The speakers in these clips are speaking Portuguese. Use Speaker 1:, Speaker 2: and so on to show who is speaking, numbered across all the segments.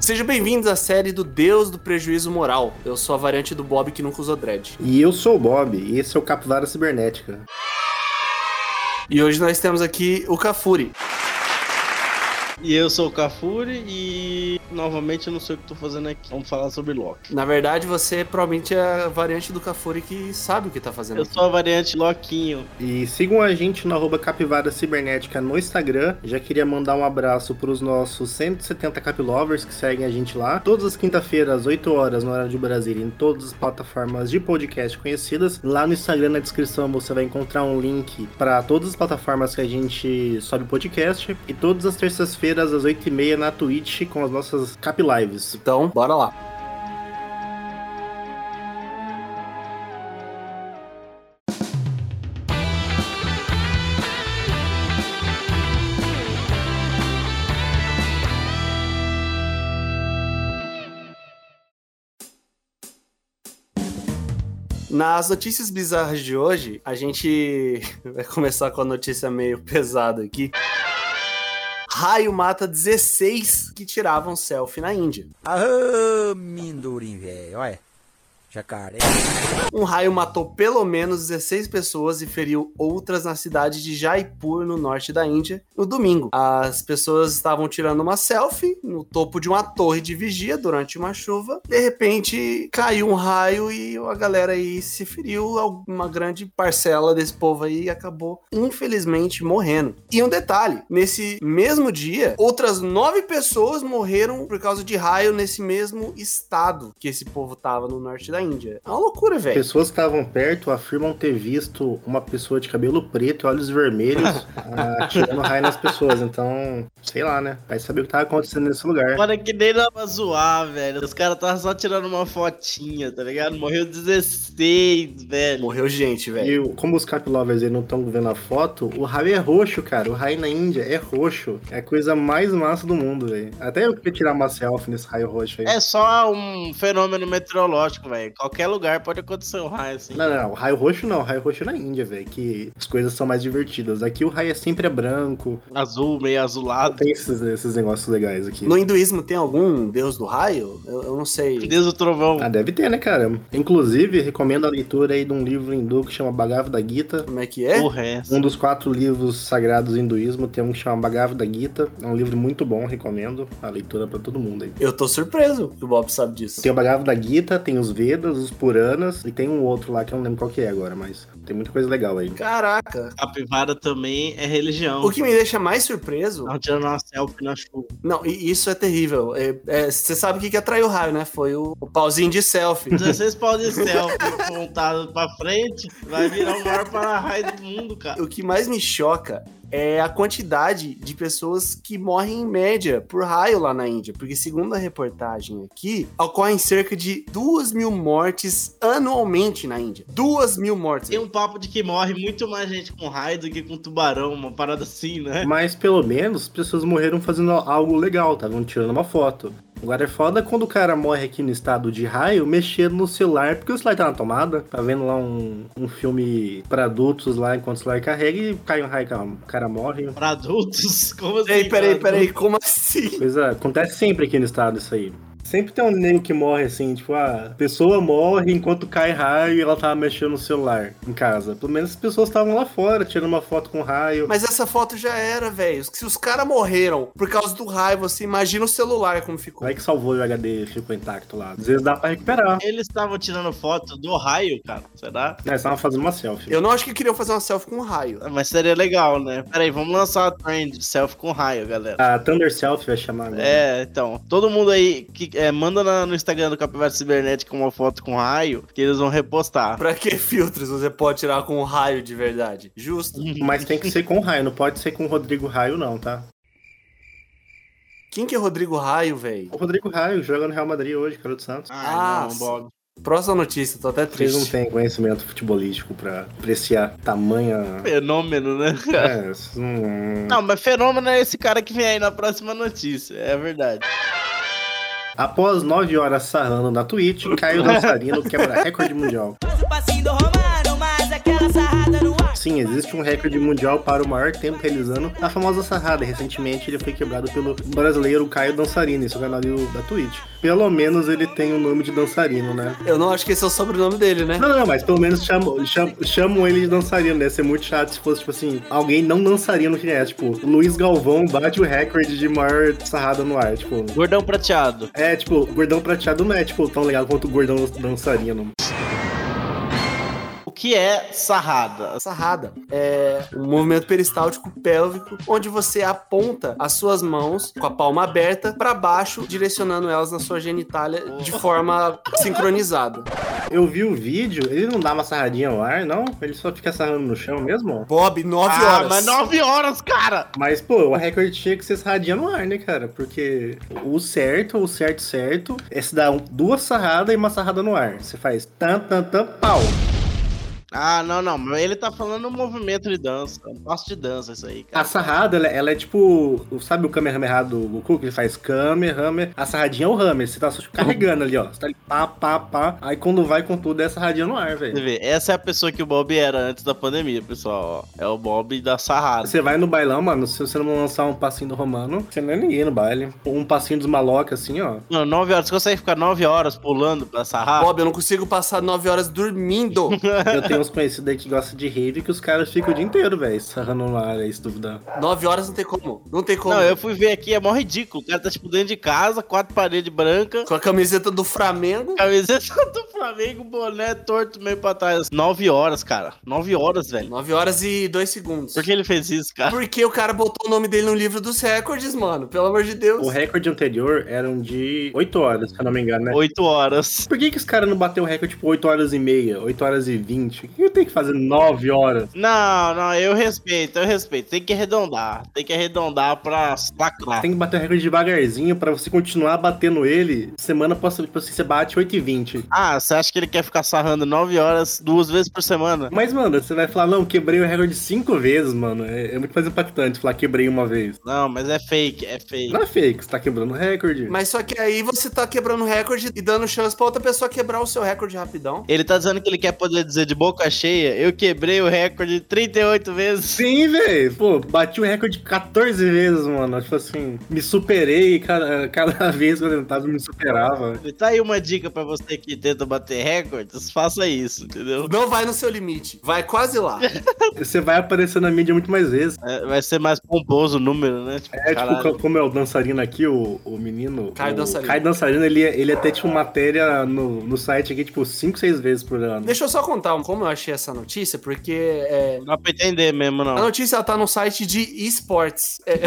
Speaker 1: Sejam bem-vindos à série do Deus do Prejuízo Moral. Eu sou a variante do Bob que nunca usou dread.
Speaker 2: E eu sou o Bob, e esse é o Capivara Cibernética.
Speaker 1: E hoje nós temos aqui o Cafuri.
Speaker 3: E eu sou o Cafuri e novamente eu não sei o que tô fazendo aqui. Vamos falar sobre Loki.
Speaker 1: Na verdade, você provavelmente é a variante do Cafuri que sabe o que tá fazendo.
Speaker 3: Eu sou a variante Loquinho.
Speaker 2: E sigam a gente no arroba Capivara Cibernética no Instagram. Já queria mandar um abraço para os nossos 170 capilovers que seguem a gente lá. Todas as quintas-feiras, 8 horas, no horário de Brasília, em todas as plataformas de podcast conhecidas. Lá no Instagram, na descrição, você vai encontrar um link para todas as plataformas que a gente sobe podcast. E todas as terças-feiras, quintas-feiras às 8h30 na Twitch com as nossas Cap Lives.
Speaker 1: Então, bora lá. Nas notícias bizarras de hoje, a gente vai começar com a notícia meio pesada aqui raio mata 16 que tiravam selfie na Índia.
Speaker 4: Ah, mindurim, velho, olha. Jacaré.
Speaker 1: Um raio matou pelo menos 16 pessoas e feriu outras na cidade de Jaipur, no norte da Índia, no domingo. As pessoas estavam tirando uma selfie no topo de uma torre de vigia durante uma chuva. De repente, caiu um raio e a galera aí se feriu. Uma grande parcela desse povo aí acabou, infelizmente, morrendo. E um detalhe: nesse mesmo dia, outras nove pessoas morreram por causa de raio nesse mesmo estado que esse povo tava no norte da Índia. É uma loucura, velho.
Speaker 2: Pessoas que estavam perto afirmam ter visto uma pessoa de cabelo preto e olhos vermelhos ah, atirando raio nas pessoas. Então, sei lá, né? Vai saber o que tava acontecendo nesse lugar.
Speaker 3: Para que nem dá pra zoar, velho. Os caras estavam só tirando uma fotinha, tá ligado? Morreu 16, velho.
Speaker 1: Morreu gente, velho.
Speaker 2: E o- como os Cap Lovers aí não estão vendo a foto, o raio é roxo, cara. O raio na Índia é roxo. É a coisa mais massa do mundo, velho. Até eu queria tirar uma selfie nesse raio roxo aí.
Speaker 3: É só um fenômeno meteorológico, velho. Qualquer lugar pode acontecer um raio assim.
Speaker 2: Não, não, não, raio roxo não, raio roxo é na Índia, velho, que as coisas são mais divertidas. Aqui o raio é sempre é branco,
Speaker 3: Azul, meio azulado.
Speaker 2: tem esses, esses negócios legais aqui.
Speaker 1: No hinduísmo tem algum deus do raio? Eu, eu não sei.
Speaker 3: Deus do trovão.
Speaker 2: Ah, deve ter, né, cara? Inclusive, recomendo a leitura aí de um livro hindu que chama Bhagavad Gita.
Speaker 1: Como é que é?
Speaker 3: Porra, é essa.
Speaker 2: Um dos quatro livros sagrados do hinduísmo, tem um que chama Bhagavad Gita. É um livro muito bom, recomendo a leitura pra todo mundo aí.
Speaker 1: Eu tô surpreso que o Bob sabe disso.
Speaker 2: Tem o Bhagavad Gita, tem os Vedas, os Puranas, e tem um outro lá que eu não lembro qual que é agora, mas tem muita coisa legal aí.
Speaker 1: Caraca.
Speaker 3: Capivara também é religião.
Speaker 1: O que me deixa mais surpreso.
Speaker 3: Tava tirando uma selfie na chuva.
Speaker 1: Não, e isso é terrível. É- é, Você sabe o que, que atraiu o raio, né? Foi o, o pauzinho de selfie.
Speaker 3: 16 pau de selfie apontado pra frente vai virar o maior para-raio do mundo, cara.
Speaker 1: o que mais me choca é a quantidade de pessoas que morrem em média por raio lá na Índia. Porque, segundo a reportagem aqui, ocorrem cerca de 2 mil mortes anualmente na Índia. 2 mil mortes.
Speaker 3: Tem um papo de que morre muito mais gente com raio do que com tubarão, uma parada assim, né?
Speaker 2: Mas pelo menos as pessoas morreram fazendo algo legal, estavam tirando uma foto. Agora é foda quando o cara morre aqui no estado de raio mexendo no celular, porque o celular tá na tomada, tá vendo lá um, um filme pra adultos lá enquanto o celular carrega e cai um raio, cara, o cara morre.
Speaker 3: Pra adultos, como assim?
Speaker 1: Peraí, peraí,
Speaker 3: pra
Speaker 1: peraí, como assim?
Speaker 2: Coisa, é, acontece sempre aqui no estado isso aí. Sempre tem um nego que morre assim, tipo, ah, a pessoa morre enquanto cai raio e ela tava mexendo no celular em casa. Pelo menos as pessoas estavam lá fora tirando uma foto com raio.
Speaker 1: Mas essa foto já era, velho. Se os caras morreram por causa do raio, você imagina o celular como ficou.
Speaker 2: Vai que salvou e o HD ficou intacto lá. Às vezes dá pra recuperar.
Speaker 3: adultos? Eles estavam tirando foto do raio, cara, será?
Speaker 2: É, você tava fazendo uma selfie.
Speaker 1: Eu não acho que queriam fazer uma selfie com o raio.
Speaker 3: Ah, Mas seria legal, né? Peraí, vamos lançar a trend selfie com raio, galera.
Speaker 2: A Thunder Selfie vai chamar agora.
Speaker 3: É, então, todo mundo aí que é, manda na- no Instagram do Capivara Cibernética uma foto com raio, que eles vão repostar.
Speaker 1: Pra que filtros você pode tirar com o raio de verdade? Justo.
Speaker 2: Mas tem que ser com o Raio, não pode ser com o Rodrigo Raio, não, tá?
Speaker 1: Quem que é Rodrigo Raio, velho?
Speaker 2: O Rodrigo Raio joga no Real Madrid hoje, cara do Santos.
Speaker 3: Ah,
Speaker 1: Ah,
Speaker 3: não, Bob.
Speaker 1: Próxima notícia, tô até
Speaker 2: Vocês não
Speaker 1: triste.
Speaker 2: têm conhecimento futebolístico pra apreciar tamanha.
Speaker 3: Fenômeno, né?
Speaker 2: É, vocês não-
Speaker 3: Não, mas fenômeno é esse cara que vem aí na próxima notícia, é verdade.
Speaker 2: Após 9 horas sarrando na Twitch, Caio Dançarino quebra recorde mundial.
Speaker 5: Faz o passinho do Romano, mas aquela sarrada no ar.
Speaker 2: Sim, existe um recorde mundial para o maior tempo realizando a famosa sarrada. Recentemente ele foi quebrado pelo brasileiro Caio Dançarino, esse é o canal da Twitch. Pelo menos ele tem o nome de dançarino, né?
Speaker 1: Eu não acho que esse é o sobrenome dele, né?
Speaker 2: Não, não, mas pelo menos chamam, chamam, chamam ele de dançarino, né? Ia ser muito chato se fosse, tipo assim, alguém não dançarino que é. Tipo, Luiz Galvão bate o recorde de maior sarrada no ar, tipo.
Speaker 3: Gordão prateado.
Speaker 2: É, tipo, gordão prateado não é, tipo, tão legal quanto o gordão dançarino.
Speaker 3: O que é sarrada?
Speaker 1: Sarrada é um movimento peristáltico pélvico onde você aponta as suas mãos com a palma aberta para baixo, direcionando elas na sua genitália de forma sincronizada.
Speaker 2: Eu vi o vídeo, ele não dá uma sarradinha ao ar, não? Ele só fica sarrando no chão mesmo?
Speaker 1: Bob, nove
Speaker 3: ah,
Speaker 1: horas.
Speaker 3: mas 9 horas, cara!
Speaker 2: Mas, pô, o recorde tinha que ser sarradinha no ar, né, cara? Porque o certo, o certo, certo, é se dar um- duas sarradas e uma sarrada no ar. Você faz tan, tan, tan, pau.
Speaker 3: Ah, não, não. mas Ele tá falando um movimento de dança. Um passo de dança, isso aí,
Speaker 2: A
Speaker 3: cara.
Speaker 2: sarrada, ela, ela é tipo. o- Sabe o Kamehameha do Goku? Que ele faz Kamehameha. hammer. A sarradinha é o hammer. Você tá só tipo, carregando ali, ó. Você tá ali pá, pá, pá. Aí quando vai com tudo, é a sarradinha no ar,
Speaker 3: Você
Speaker 2: velho.
Speaker 3: vê, essa é a pessoa que o Bob era antes da pandemia, pessoal. ó. É o Bob da sarrada.
Speaker 2: Você vai no bailão, mano. Se você não lançar um passinho do romano, você não é ninguém no baile. Ou um passinho dos malocas, assim, ó.
Speaker 3: Não, 9 horas. Você consegue ficar 9 horas pulando pra sarrar?
Speaker 1: Bob, eu não consigo passar nove horas dormindo.
Speaker 2: Eu tenho uns conhecidos aí que gostam de rave que os caras ficam o dia inteiro, velho, sarrando no ar aí, se duvidar.
Speaker 1: Nove horas não tem como. Não tem como.
Speaker 3: Não, eu fui ver aqui, é mó ridículo. O cara tá, tipo, dentro de casa, quatro paredes brancas,
Speaker 1: Com a camiseta do Flamengo.
Speaker 3: camiseta do Flamengo, boné torto meio pra trás. 9 horas, cara. 9 horas, velho.
Speaker 1: Nove horas e dois segundos.
Speaker 3: Por que ele fez isso, cara?
Speaker 1: Porque o cara botou o nome dele no livro dos recordes, mano. Pelo amor de Deus.
Speaker 2: O recorde anterior eram de 8 horas, se eu não me engano, né?
Speaker 3: 8 horas.
Speaker 2: Por que, que os caras não bateu o recorde tipo 8 horas e meia, 8 horas e 20? O que eu tenho que fazer 9 horas?
Speaker 3: Não, não, eu respeito, eu respeito. Tem que arredondar. Tem que arredondar pra lacrar.
Speaker 2: Tem que bater o recorde devagarzinho pra você continuar batendo ele. Semana passada, tipo assim, você bate 8 e 20.
Speaker 3: Ah, você acha que ele quer ficar sarrando 9 horas duas vezes por semana?
Speaker 2: Mas, mano, você vai falar, não, quebrei o recorde 5 vezes, mano. É, é muito mais impactante falar quebrei uma vez.
Speaker 3: Não, mas é fake, é fake.
Speaker 2: Não é fake, você tá quebrando o recorde.
Speaker 1: Mas só que aí você tá quebrando recorde e dando chance pra outra pessoa quebrar o seu recorde rapidão.
Speaker 3: Ele tá dizendo que ele quer poder dizer de boca cheia, eu quebrei o recorde 38 vezes.
Speaker 2: Sim, velho. Pô, bati o recorde 14 vezes, mano. Tipo assim, me superei cada, cada vez que eu tentava, eu me superava.
Speaker 3: Tá aí uma dica pra você que tenta bater recordes, faça isso, entendeu?
Speaker 1: Não vai no seu limite. Vai quase lá.
Speaker 2: Você vai aparecer na mídia muito mais vezes.
Speaker 3: É, vai ser mais pomposo o número, né? Tipo,
Speaker 2: É,
Speaker 3: caralho.
Speaker 2: tipo, co- como é o dançarino aqui, o, o menino.
Speaker 1: Caio
Speaker 2: o
Speaker 1: Dançarino.
Speaker 2: Caio Dançarino, ele, é, ele até tinha matéria no, no site aqui, tipo, 5, 6 vezes por ano.
Speaker 1: Deixa eu só contar um, como eu achei essa notícia, porque é,
Speaker 3: Não dá pra entender mesmo,
Speaker 1: a
Speaker 3: não.
Speaker 1: notícia ela tá no site de esportes. É.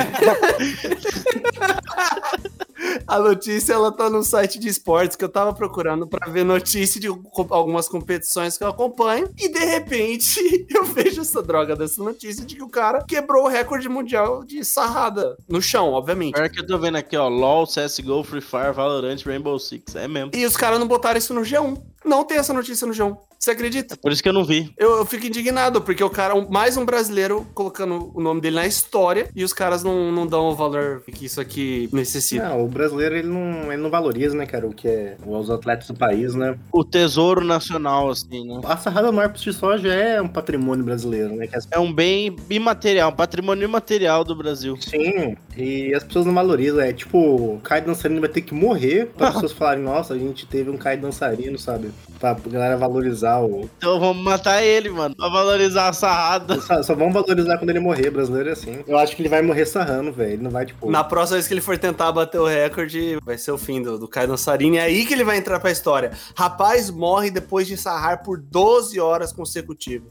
Speaker 1: a notícia ela tá no site de esportes que eu tava procurando pra ver notícia de co- algumas competições que eu acompanho e de repente eu vejo essa droga dessa notícia de que o cara quebrou o recorde mundial de sarrada no chão, obviamente.
Speaker 3: Pior que eu tô vendo aqui, ó. LOL, CSGO, Free Fire, Valorant, Rainbow Six. É mesmo.
Speaker 1: E os caras não botaram isso no G1. Não tem essa notícia no G1. Você acredita?
Speaker 3: Por isso que eu não vi.
Speaker 1: Eu, eu fico indignado, porque o cara, é um- mais um brasileiro colocando o nome dele na história e os caras não, não dão o valor que isso aqui necessita.
Speaker 2: Não, o brasileiro ele não, ele não valoriza, né, cara, o que é os atletas do país, né?
Speaker 3: O tesouro nacional, assim, né?
Speaker 2: A sarrada no ar por si só já é um patrimônio brasileiro, né? Que as-
Speaker 3: É um bem imaterial, um patrimônio imaterial do Brasil.
Speaker 2: Sim, e as pessoas não valorizam. É tipo, o Caio Dançarino vai ter que morrer para as pessoas falarem, nossa, a gente teve um Caio Dançarino, sabe? Pra galera valorizar o.
Speaker 3: Então vamos matar ele, mano. Pra valorizar a sarrada.
Speaker 2: Só, só vão valorizar quando ele morrer, brasileiro é assim. Eu acho que ele vai morrer sarrando, velho. Ele não vai, tipo.
Speaker 1: Na próxima vez que ele for tentar bater o recorde, vai ser o fim do, do Caio Dançarini. É aí que ele vai entrar pra história. Rapaz morre depois de sarrar por 12 horas consecutivas.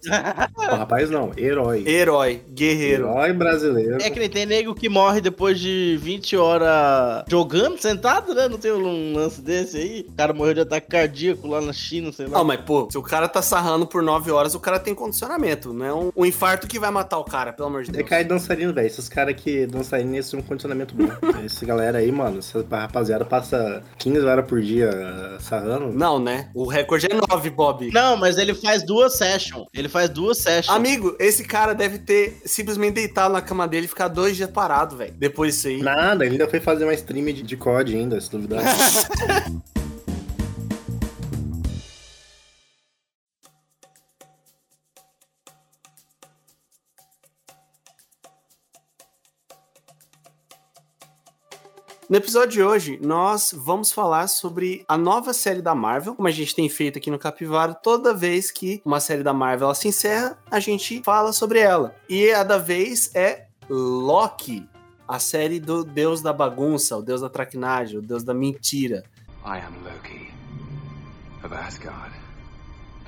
Speaker 2: Pô, rapaz, não, herói.
Speaker 1: Herói, guerreiro.
Speaker 2: Herói brasileiro.
Speaker 3: É que nem tem nego que morre depois de 20 horas jogando, sentado, né? Não tem um lance desse aí? O cara morreu de ataque cardíaco lá na China, sei lá.
Speaker 1: Não, mas pô, se o cara tá sarrando por 9 horas, o cara tem condicionamento. Não é um, um infarto que vai matar o cara, pelo amor de
Speaker 2: É
Speaker 1: Deus.
Speaker 2: Caio Dançarino, velho. Esses caras que dançarino, eles têm um condicionamento bom. Essa galera aí, mano, essa rapaziada passa 15 horas por dia uh, sarrando.
Speaker 1: Não, né? O recorde é 9, Bob.
Speaker 3: Não, mas ele faz duas sessions. Ele faz duas sessions.
Speaker 1: Amigo, esse cara deve ter simplesmente deitado na cama dele e ficar dois dias parado, velho. Depois disso aí.
Speaker 2: Nada, ele ainda foi fazer uma stream de, de COD ainda, se duvidar.
Speaker 1: No episódio de hoje, nós vamos falar sobre a nova série da Marvel, como a gente tem feito aqui no Capivara, toda vez que uma série da Marvel ela se encerra, a gente fala sobre ela. E a da vez é Loki, a série do deus da bagunça, o deus da traquinagem, o deus da mentira.
Speaker 5: I am Loki of Asgard,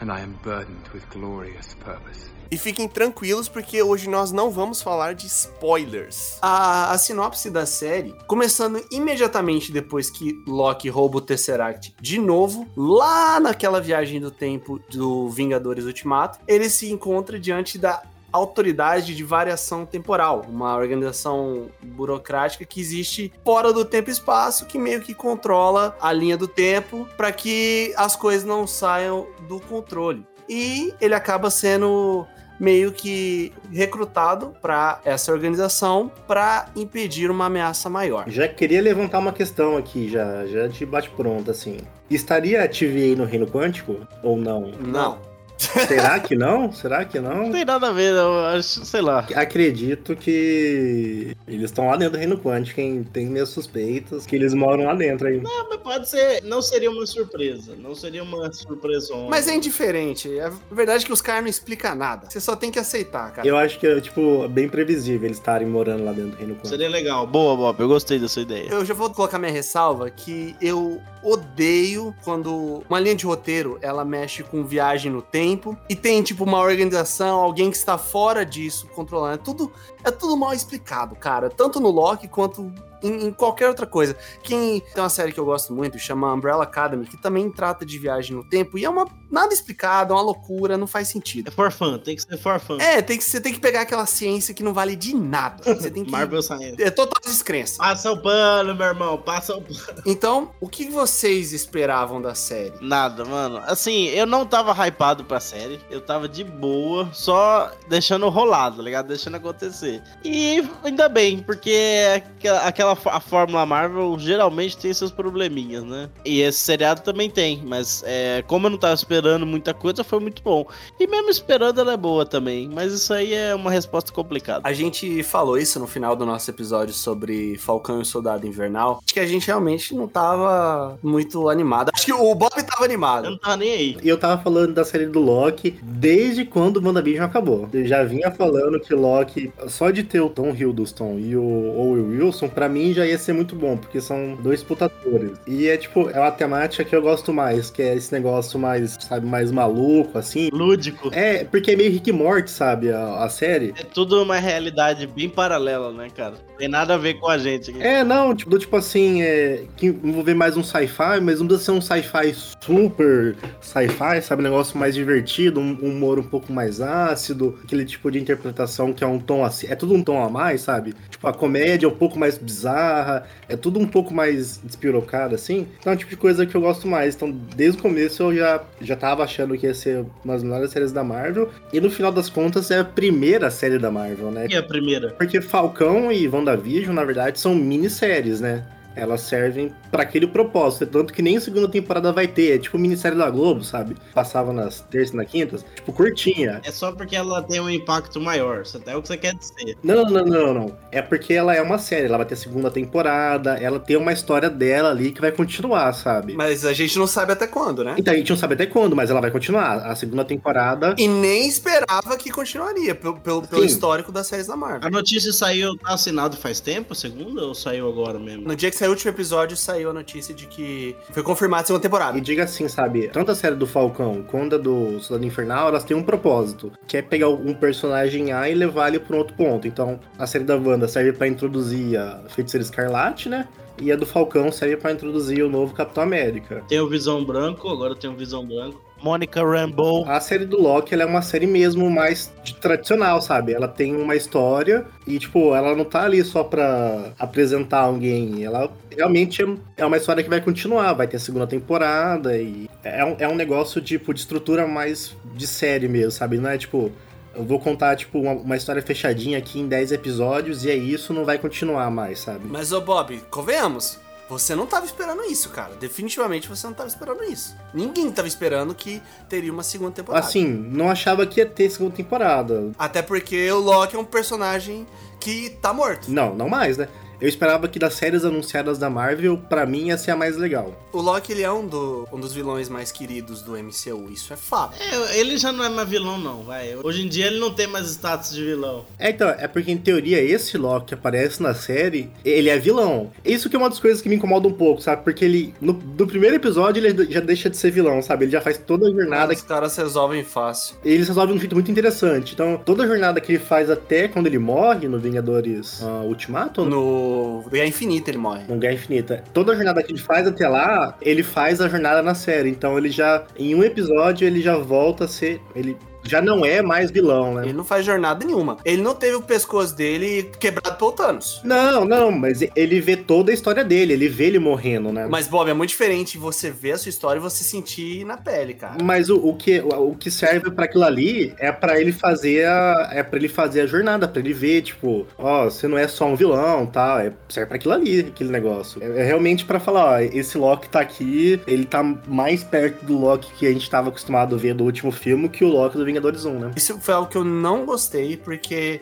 Speaker 5: and I am burdened with glorious purpose.
Speaker 6: E fiquem tranquilos porque hoje nós não vamos falar de spoilers.
Speaker 1: A, a sinopse da série, começando imediatamente depois que Loki rouba o Tesseract de novo, lá naquela viagem do tempo do Vingadores Ultimato, ele se encontra diante da autoridade de variação temporal, uma organização burocrática que existe fora do tempo e espaço, que meio que controla a linha do tempo para que as coisas não saiam do controle. E ele acaba sendo meio que recrutado para essa organização para impedir uma ameaça maior.
Speaker 2: Já queria levantar uma questão aqui, já, já de bate-pronto, assim. Estaria a TVA no Reino Quântico? Ou não?
Speaker 1: Não.
Speaker 2: Será que não? Será que não?
Speaker 3: Não tem nada a ver, não. Acho, sei lá.
Speaker 2: Acredito que eles estão lá dentro do Reino Quântico, hein? Tem minhas suspeitas que eles moram lá dentro aí.
Speaker 3: Ah, mas pode ser. Não seria uma surpresa. Não seria uma surpresa. ontem.
Speaker 1: Mas é indiferente. A verdade é que os caras não explicam nada. Você só tem que aceitar, cara.
Speaker 2: Eu acho que é, tipo, bem previsível eles estarem morando lá dentro do Reino Quântico.
Speaker 3: Seria legal. Boa, Bob. Eu gostei dessa ideia.
Speaker 1: Eu já vou colocar minha ressalva que eu odeio quando uma linha de roteiro ela mexe com viagem no tempo e tem tipo uma organização, alguém que está fora disso controlando. É tudo é tudo mal explicado, cara. Tanto no Loki quanto em, em qualquer outra coisa. Quem tem uma série que eu gosto muito chama Umbrella Academy que também trata de viagem no tempo e é uma nada explicado, é uma loucura, não faz sentido.
Speaker 3: É for fun. Tem que ser for fun.
Speaker 1: É, tem que, você tem que pegar aquela ciência que não vale de nada. Você tem que.
Speaker 3: Marvel saindo.
Speaker 1: É total descrença.
Speaker 3: Passa o pano, meu irmão. Passa o pano.
Speaker 1: Então, o que vocês esperavam da série?
Speaker 3: Nada, mano. Assim, eu não tava hypado pra série. Eu tava de boa, só deixando rolar, tá ligado? Deixando acontecer. E ainda bem, porque é aquela, aquela fó- a Fórmula Marvel geralmente tem seus probleminhas, né? E esse seriado também tem, mas é, como eu não tava esperando muita coisa, foi muito bom. E mesmo esperando, ela é boa também. Mas isso aí é uma resposta complicada.
Speaker 1: A gente falou isso no final do nosso episódio sobre Falcão e o Soldado Invernal, que a gente realmente não tava muito animado. Acho que o Bob tava
Speaker 3: Eu
Speaker 1: animado.
Speaker 3: não tava nem aí.
Speaker 2: E eu tava falando da série do Loki desde quando o WandaVision acabou. Eu já vinha falando que Loki, só de ter o Tom Hiddleston e o Owen Wilson, pra mim já ia ser muito bom, porque são dois putadores. E é tipo, é uma temática que eu gosto mais, que é esse negócio mais, sabe, mais maluco, assim.
Speaker 3: Lúdico.
Speaker 2: É, porque é meio Rick e Morty, sabe, a, a série.
Speaker 3: É tudo uma realidade bem paralela, né, cara? Tem nada a ver com a gente. aqui.
Speaker 2: É, não, tipo, do tipo assim, é, que envolver mais um sci-fi, mas não precisa ser um sci-fi super sci-fi, sabe? Um negócio mais divertido, um um humor um pouco mais ácido, aquele tipo de interpretação que é um tom assim, é tudo um tom a mais, sabe? Tipo, a comédia é um pouco mais bizarra, é tudo um pouco mais despirocado, assim. Então é o tipo de coisa que eu gosto mais. Então, desde o começo eu já, já tava achando que ia ser uma das melhores séries da Marvel, e no final das contas é a primeira série da Marvel, né?
Speaker 3: E é a primeira?
Speaker 2: Porque Falcão e WandaVision, na verdade, são minisséries, né? Elas servem pra aquele propósito. Tanto que nem segunda temporada vai ter. É tipo minissérie da Globo, sabe? Passava nas terças e nas quintas. Tipo, curtinha.
Speaker 3: É só porque ela tem um impacto maior. Isso até é o que você quer dizer.
Speaker 2: Não, não, não, não. É porque ela é uma série. Ela vai ter segunda temporada. Ela tem uma história dela ali que vai continuar, sabe?
Speaker 1: Mas a gente não sabe até quando, né?
Speaker 2: Então a gente não sabe até quando, mas ela vai continuar. A segunda temporada.
Speaker 1: E nem esperava que continuaria, pelo, pelo, pelo
Speaker 2: Sim.
Speaker 1: histórico das séries da
Speaker 3: A
Speaker 1: Marvel.
Speaker 3: notícia saiu, tá assinado faz tempo, segunda, ou saiu agora mesmo?
Speaker 1: No dia que saiu o último episódio, saiu a notícia de que foi confirmada a segunda temporada.
Speaker 2: E diga assim, sabe? Tanto a série do Falcão quanto a do Soldado Infernal, elas têm um propósito, que é pegar um personagem A e levar ele pra um outro ponto. Então, a série da Wanda serve pra introduzir a Feiticeira Escarlate, né? E a do Falcão serve pra introduzir o novo Capitão América.
Speaker 3: Tem o Visão Branco, agora tem o Visão Branco. Mônica Rambeau.
Speaker 2: A série do Loki, ela é uma série mesmo mais de- tradicional, sabe? Ela tem uma história e, tipo, ela não tá ali só pra apresentar alguém. Ela realmente é- é uma história que vai continuar, vai ter a segunda temporada e é um, é um negócio, tipo, de estrutura mais de série mesmo, sabe? Não é, tipo, eu vou contar, tipo, uma, uma história fechadinha aqui em 10 episódios e é isso, não vai continuar mais, sabe?
Speaker 1: Mas, ô Bob, convenhamos. Você não tava esperando isso, cara. Definitivamente você não tava esperando isso. Ninguém tava esperando que teria uma segunda temporada.
Speaker 2: Assim, não achava que ia ter segunda temporada.
Speaker 1: Até porque o Loki é um personagem que tá morto.
Speaker 2: Não, não mais, né? Eu esperava que das séries anunciadas da Marvel, pra mim ia ser a mais legal.
Speaker 1: O Loki, ele é um, do- um dos vilões mais queridos do MCU, isso é fato.
Speaker 3: É, ele já não é mais vilão, não, vai. Hoje em dia ele não tem mais status de vilão.
Speaker 2: É, então, é porque em teoria esse Loki que aparece na série, ele é vilão. Isso que é uma das coisas que me incomoda um pouco, sabe? Porque ele, no, do primeiro episódio, ele já deixa de ser vilão, sabe? Ele já faz toda a jornada
Speaker 1: Os caras resolvem fácil.
Speaker 2: Eles resolvem de um jeito muito interessante. Então, toda a jornada que ele faz até quando ele morre no Vingadores ah, Ultimato, ou no,
Speaker 1: No Guerra Infinita ele morre.
Speaker 2: no Guerra Infinita, toda a jornada que ele faz até lá, ele faz a jornada na série. Então, ele já, em um episódio, ele já volta a ser. Ele já não é mais vilão, né?
Speaker 1: Ele não faz jornada nenhuma. Ele não teve o pescoço dele quebrado pelo Thanos.
Speaker 2: Não, não, mas ele vê toda a história dele, ele vê ele morrendo, né?
Speaker 1: Mas, Bob, é muito diferente você ver a sua história e você sentir na pele, cara.
Speaker 2: Mas o, o que, o, o que serve pra aquilo ali é pra ele fazer a, é para ele fazer a jornada, pra ele ver, tipo, ó, você não é só um vilão, tá? É, serve pra aquilo ali, aquele negócio. É, é realmente pra falar, ó, esse Loki tá aqui, ele tá mais perto do Loki que a gente tava acostumado a ver do último filme que o Loki do Vingadores 1, né?
Speaker 1: Isso foi algo que eu não gostei, porque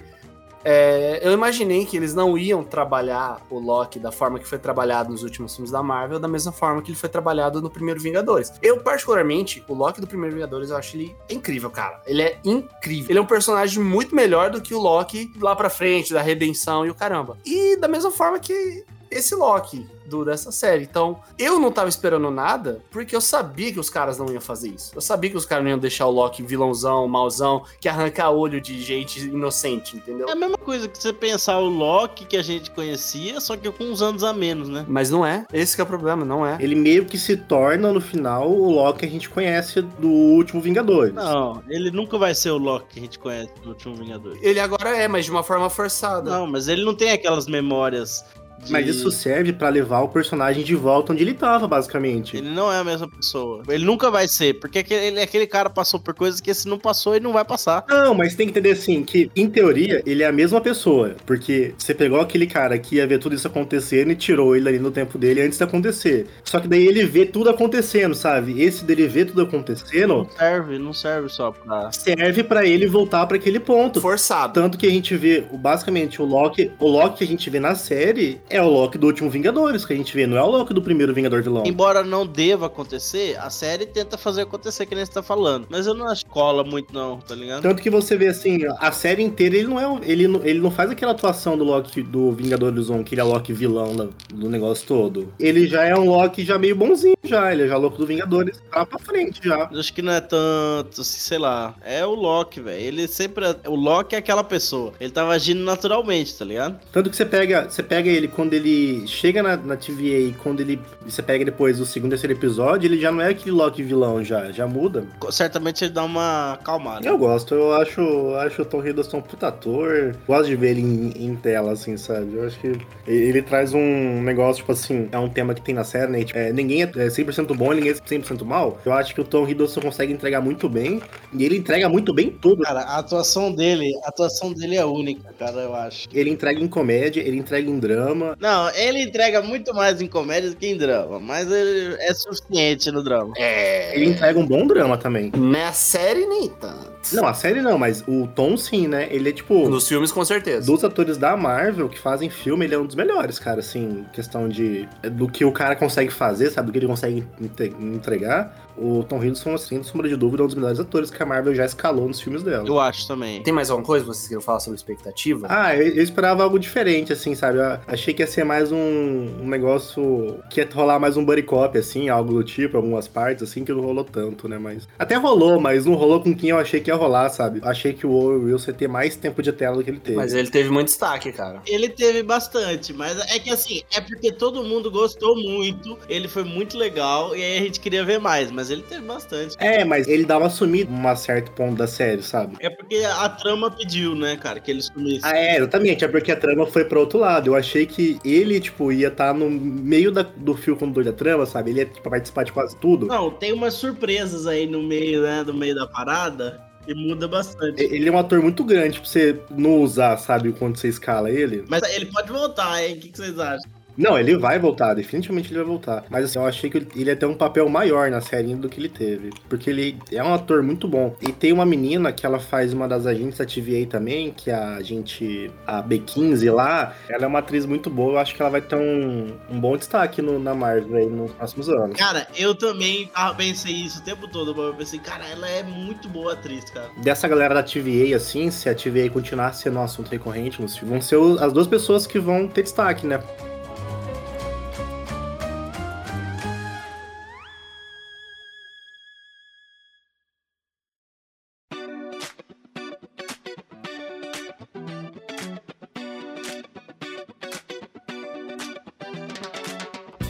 Speaker 1: é, eu imaginei que eles não iam trabalhar o Loki da forma que foi trabalhado nos últimos filmes da Marvel, da mesma forma que ele foi trabalhado no primeiro Vingadores. Eu, particularmente, o Loki do primeiro Vingadores, eu acho ele incrível, cara. Ele é incrível. Ele é um personagem muito melhor do que o Loki lá pra frente, da redenção e o caramba. E da mesma forma que esse Loki do, dessa série. Então, eu não tava esperando nada, porque eu sabia que os caras não iam fazer isso. Eu sabia que os caras não iam deixar o Loki vilãozão, mauzão, que arranca olho de gente inocente, entendeu?
Speaker 3: É a mesma coisa que você pensar o Loki que a gente conhecia, só que com uns anos a menos, né?
Speaker 1: Mas não é. Esse que é o problema, não é.
Speaker 2: Ele meio que se torna, no final, o Loki que a gente conhece do último Vingadores.
Speaker 3: Não, ele nunca vai ser o Loki que a gente conhece no último Vingador.
Speaker 1: Ele agora é, mas de uma forma forçada.
Speaker 3: Não, mas ele não tem aquelas memórias. de-
Speaker 2: Mas isso serve pra levar o personagem de volta onde ele tava, basicamente.
Speaker 3: Ele não é a mesma pessoa. Ele nunca vai ser, porque aquele, ele- é aquele cara passou por coisas que esse não passou e não vai passar.
Speaker 2: Não, mas tem que entender assim, que em teoria ele é a mesma pessoa, porque você pegou aquele cara que ia ver tudo isso acontecendo e tirou ele ali no tempo dele antes de acontecer. Só que daí ele vê tudo acontecendo, sabe? Esse dele ver tudo acontecendo
Speaker 3: Não serve, não serve só pra.
Speaker 2: serve pra ele voltar pra aquele ponto.
Speaker 1: Forçado.
Speaker 2: Tanto que a gente vê, o- basicamente, o Loki, o Loki que a gente vê na série é o Loki do último Vingadores que a gente vê, não é o Loki do primeiro Vingador vilão.
Speaker 3: Embora não deva acontecer, a série tenta fazer acontecer, que nem você tá falando. Mas eu não acho que cola muito, não, tá ligado?
Speaker 2: Tanto que você vê assim, a série inteira ele não é. o- Ele não, ele não faz aquela atuação do Loki do Vingadores 1, que ele é Loki vilão da- do negócio todo. Ele já é um Loki já meio bonzinho, já. Ele é já Loki do Vingadores lá pra frente já.
Speaker 3: Eu Acho que não é tanto, assim, sei lá. É o Loki, velho. Ele sempre. O Loki é aquela pessoa. Ele tava agindo naturalmente, tá ligado?
Speaker 2: Tanto que você pega, você pega ele quando ele chega na, na TVA e quando ele. Você pega depois o segundo e terceiro episódio, ele já não é aquele Loki vilão já, já muda.
Speaker 3: Co- Certamente ele dá uma acalmada.
Speaker 2: Eu gosto, eu acho, acho o Tom Hiddleston um puta ator. Gosto de ver ele em, em tela, assim, sabe? Eu acho que ele, ele traz um negócio, tipo assim, é um tema que tem na série, né? Tipo, é, ninguém é 100% bom, ninguém é 100% mal. Eu acho que o Tom Hiddleston consegue entregar muito bem. E ele entrega muito bem tudo.
Speaker 3: Cara, a atuação dele, a atuação dele é única, cara, eu acho.
Speaker 2: Ele entrega em comédia, ele entrega em drama.
Speaker 3: Não, ele entrega muito mais em comédia do que em drama, mas ele é suficiente no drama.
Speaker 1: É.
Speaker 2: Ele entrega um bom drama também.
Speaker 1: Na série, nem tanto.
Speaker 2: Não, a série não, mas o Tom sim, né? Ele é tipo.
Speaker 1: Nos filmes, com certeza.
Speaker 2: Dos atores da Marvel que fazem filme, ele é um dos melhores, cara, assim, questão de do que o cara consegue fazer, sabe, do que ele consegue inte- entregar. O Tom Hiddleston, assim, sem sombra de dúvida, é um dos melhores atores que a Marvel já escalou nos filmes dela.
Speaker 3: Eu acho também.
Speaker 1: Tem mais alguma coisa que vocês queriam falar sobre expectativa?
Speaker 2: Ah, eu, eu esperava algo diferente, assim, sabe? Eu achei que ia ser mais um, um negócio que ia rolar mais um buddy cop, assim, algo do tipo, algumas partes, assim, que não rolou tanto, né? Mas. Até rolou, mas não rolou com quem eu achei que ia rolar, sabe? Achei que o Owen Wilson ia ter mais tempo de tela do que ele teve.
Speaker 1: Mas ele teve muito destaque, cara.
Speaker 3: Ele teve bastante, mas é que assim, é porque todo mundo gostou muito, ele foi muito legal, e aí a gente queria ver mais, mas ele teve bastante.
Speaker 2: É, mas ele dá uma sumida em um certo ponto da série, sabe?
Speaker 3: É porque a trama pediu, né, cara, que ele sumisse.
Speaker 2: Ah, é, exatamente. É porque a trama foi pra outro lado. Eu achei que ele, tipo, ia estar no meio da- do fio condutor da trama, sabe? Ele ia tipo, participar de quase tudo.
Speaker 3: Não, tem umas surpresas aí no meio, né, do meio da parada, e muda bastante.
Speaker 2: E- Ele é um ator muito grande pra você não usar, sabe? Quando você escala ele.
Speaker 3: Mas ele pode voltar, hein, o que que vocês acham?
Speaker 2: Não, ele vai voltar, definitivamente ele vai voltar. Mas assim, eu achei que ele ia ter um papel maior na série do que ele teve. Porque ele é um ator muito bom. E tem uma menina que ela faz uma das agentes da TVA também, que é a gente, a B15 lá, ela é uma atriz muito boa. Eu acho que ela vai ter um, um bom destaque no- na Marvel aí nos próximos anos.
Speaker 3: Cara, eu também tava- pensei isso o tempo todo, mas eu pensei, cara, ela é muito boa atriz, cara.
Speaker 2: Dessa galera da TVA, assim, se a TVA continuar sendo um assunto recorrente nos filmes, vão ser o- as duas pessoas que vão ter destaque, né?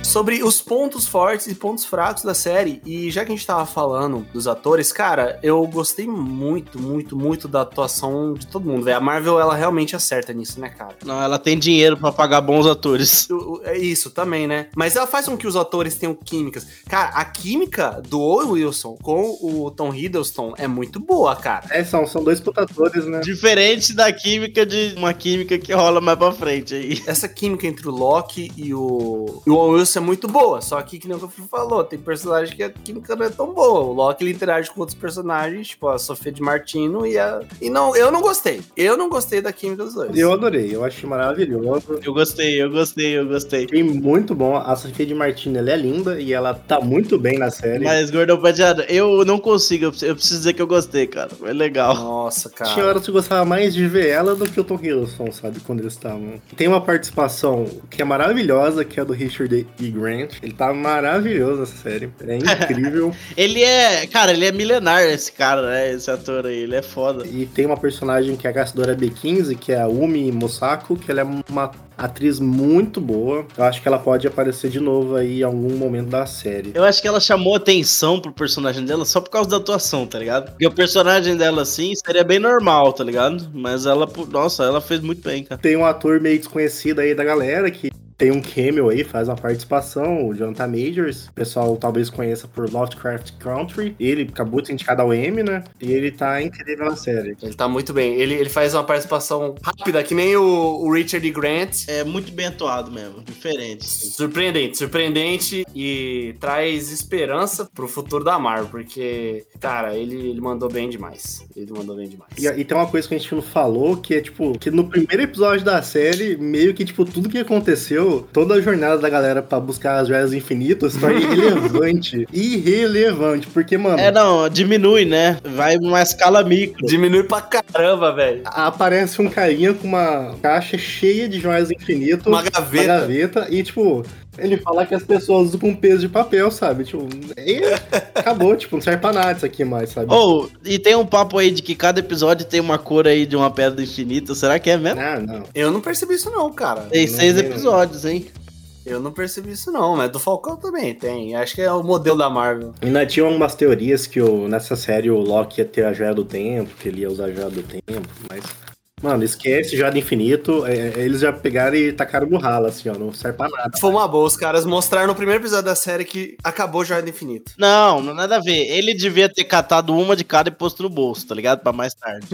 Speaker 1: sobre os pontos fortes e pontos fracos da série. E já que a gente tava falando dos atores, cara, eu gostei muito, muito, muito da atuação de todo mundo, velho. A Marvel, ela realmente acerta nisso, né, cara?
Speaker 3: Não, ela tem dinheiro pra pagar bons atores.
Speaker 1: O- o- É isso também, né? Mas ela faz com que os atores tenham químicas. Cara, a química do Owen Wilson com o Tom Hiddleston é muito boa, cara.
Speaker 2: É, são, são dois putadores, né?
Speaker 3: Diferente da química de uma química que rola mais pra frente aí.
Speaker 1: Essa química entre o Loki e o, e o Owen Wilson é muito boa. Só que, que nem o que o Fih falou, tem personagem que a química não é tão boa. O Loki ele interage com outros personagens, tipo a Sofia de Martino e a. E não, eu não gostei. Eu não gostei da química dos dois.
Speaker 2: Eu adorei, eu achei maravilhoso.
Speaker 3: Eu gostei, eu gostei, eu gostei.
Speaker 2: Achei muito bom. A Sofia de Martini, ela é linda e ela tá muito bem na série.
Speaker 3: Mas, gordão pateado, eu não consigo, eu preciso- eu preciso dizer que eu gostei, cara. Foi legal.
Speaker 1: Nossa, cara.
Speaker 2: Tinha horas que eu gostava mais de ver ela do que o Tom Hiddleston, sabe? Quando eles estavam. Tem uma participação que é maravilhosa, que é a do Richard E. Grant. Ele tá maravilhoso nessa série. É incrível.
Speaker 3: Ele é, cara, ele é milenar esse cara, né? Esse ator aí, ele é foda.
Speaker 2: e tem uma personagem que é a caçadora B15, que é a Umi Mosako, que ela é uma atriz muito boa. Eu acho que ela pode aparecer de novo aí em algum momento da série.
Speaker 3: Eu acho que ela chamou atenção pro personagem dela só por causa da atuação, tá ligado? Porque o personagem dela, assim, seria bem normal, tá ligado? Mas ela, pô, nossa, ela fez muito bem, cara.
Speaker 2: Tem um ator meio desconhecido aí da galera que tem um cameo aí, faz uma participação, o Jonathan Majors. O pessoal talvez conheça por Lovecraft Country. Ele acabou de ser indicado ao Emmy, né? E ele tá incrível na série.
Speaker 1: Ele tá muito bem. Ele, ele faz uma participação rápida, que nem o, o Richard E. Grant.
Speaker 3: É muito bem atuado mesmo, diferente. assim.
Speaker 1: Surpreendente, surpreendente e traz esperança pro futuro da Marvel, porque, cara, ele, ele mandou bem demais. Ele mandou bem demais.
Speaker 2: E, e tem uma coisa que a gente não falou, que é tipo, que no primeiro episódio da série, meio que tipo, tudo que aconteceu, toda a jornada da galera pra buscar as joias infinitas, torna irrelevante. Irrelevante, porque, mano,
Speaker 3: É, não, diminui, né? Vai numa escala micro.
Speaker 1: Diminui pra caramba, velho.
Speaker 2: aparece um carinha com uma caixa cheia de joias infinitas.
Speaker 1: Uma
Speaker 2: uma
Speaker 1: gaveta.
Speaker 2: gaveta e, tipo, ele fala que as pessoas usam com peso de papel, sabe? Tipo, e acabou, tipo, não serve pra nada isso aqui mais, sabe?
Speaker 3: Ou, e tem um papo aí de que cada episódio tem uma cor aí de uma pedra infinita. Será que é mesmo?
Speaker 2: Não, não.
Speaker 1: Eu não percebi isso não, cara.
Speaker 3: Tem
Speaker 2: não
Speaker 3: seis
Speaker 2: vi, não.
Speaker 3: episódios, hein?
Speaker 1: Eu não percebi isso não, mas do Falcão também tem. Acho que é o modelo da Marvel.
Speaker 2: Ainda tinha umas teorias que o, nessa série o Loki ia ter a joia do tempo, que ele ia usar a joia do tempo, mas. Mano, esquece joia do infinito. é, é, eles já pegaram e tacaram no ralo, assim, ó. Não serve pra nada.
Speaker 1: Foi uma boa, os caras mostraram no primeiro episódio da série que acabou Joia do Infinito.
Speaker 3: Não, não nada a ver. Ele devia ter catado uma de cada e posto no bolso, tá ligado? Pra mais tarde.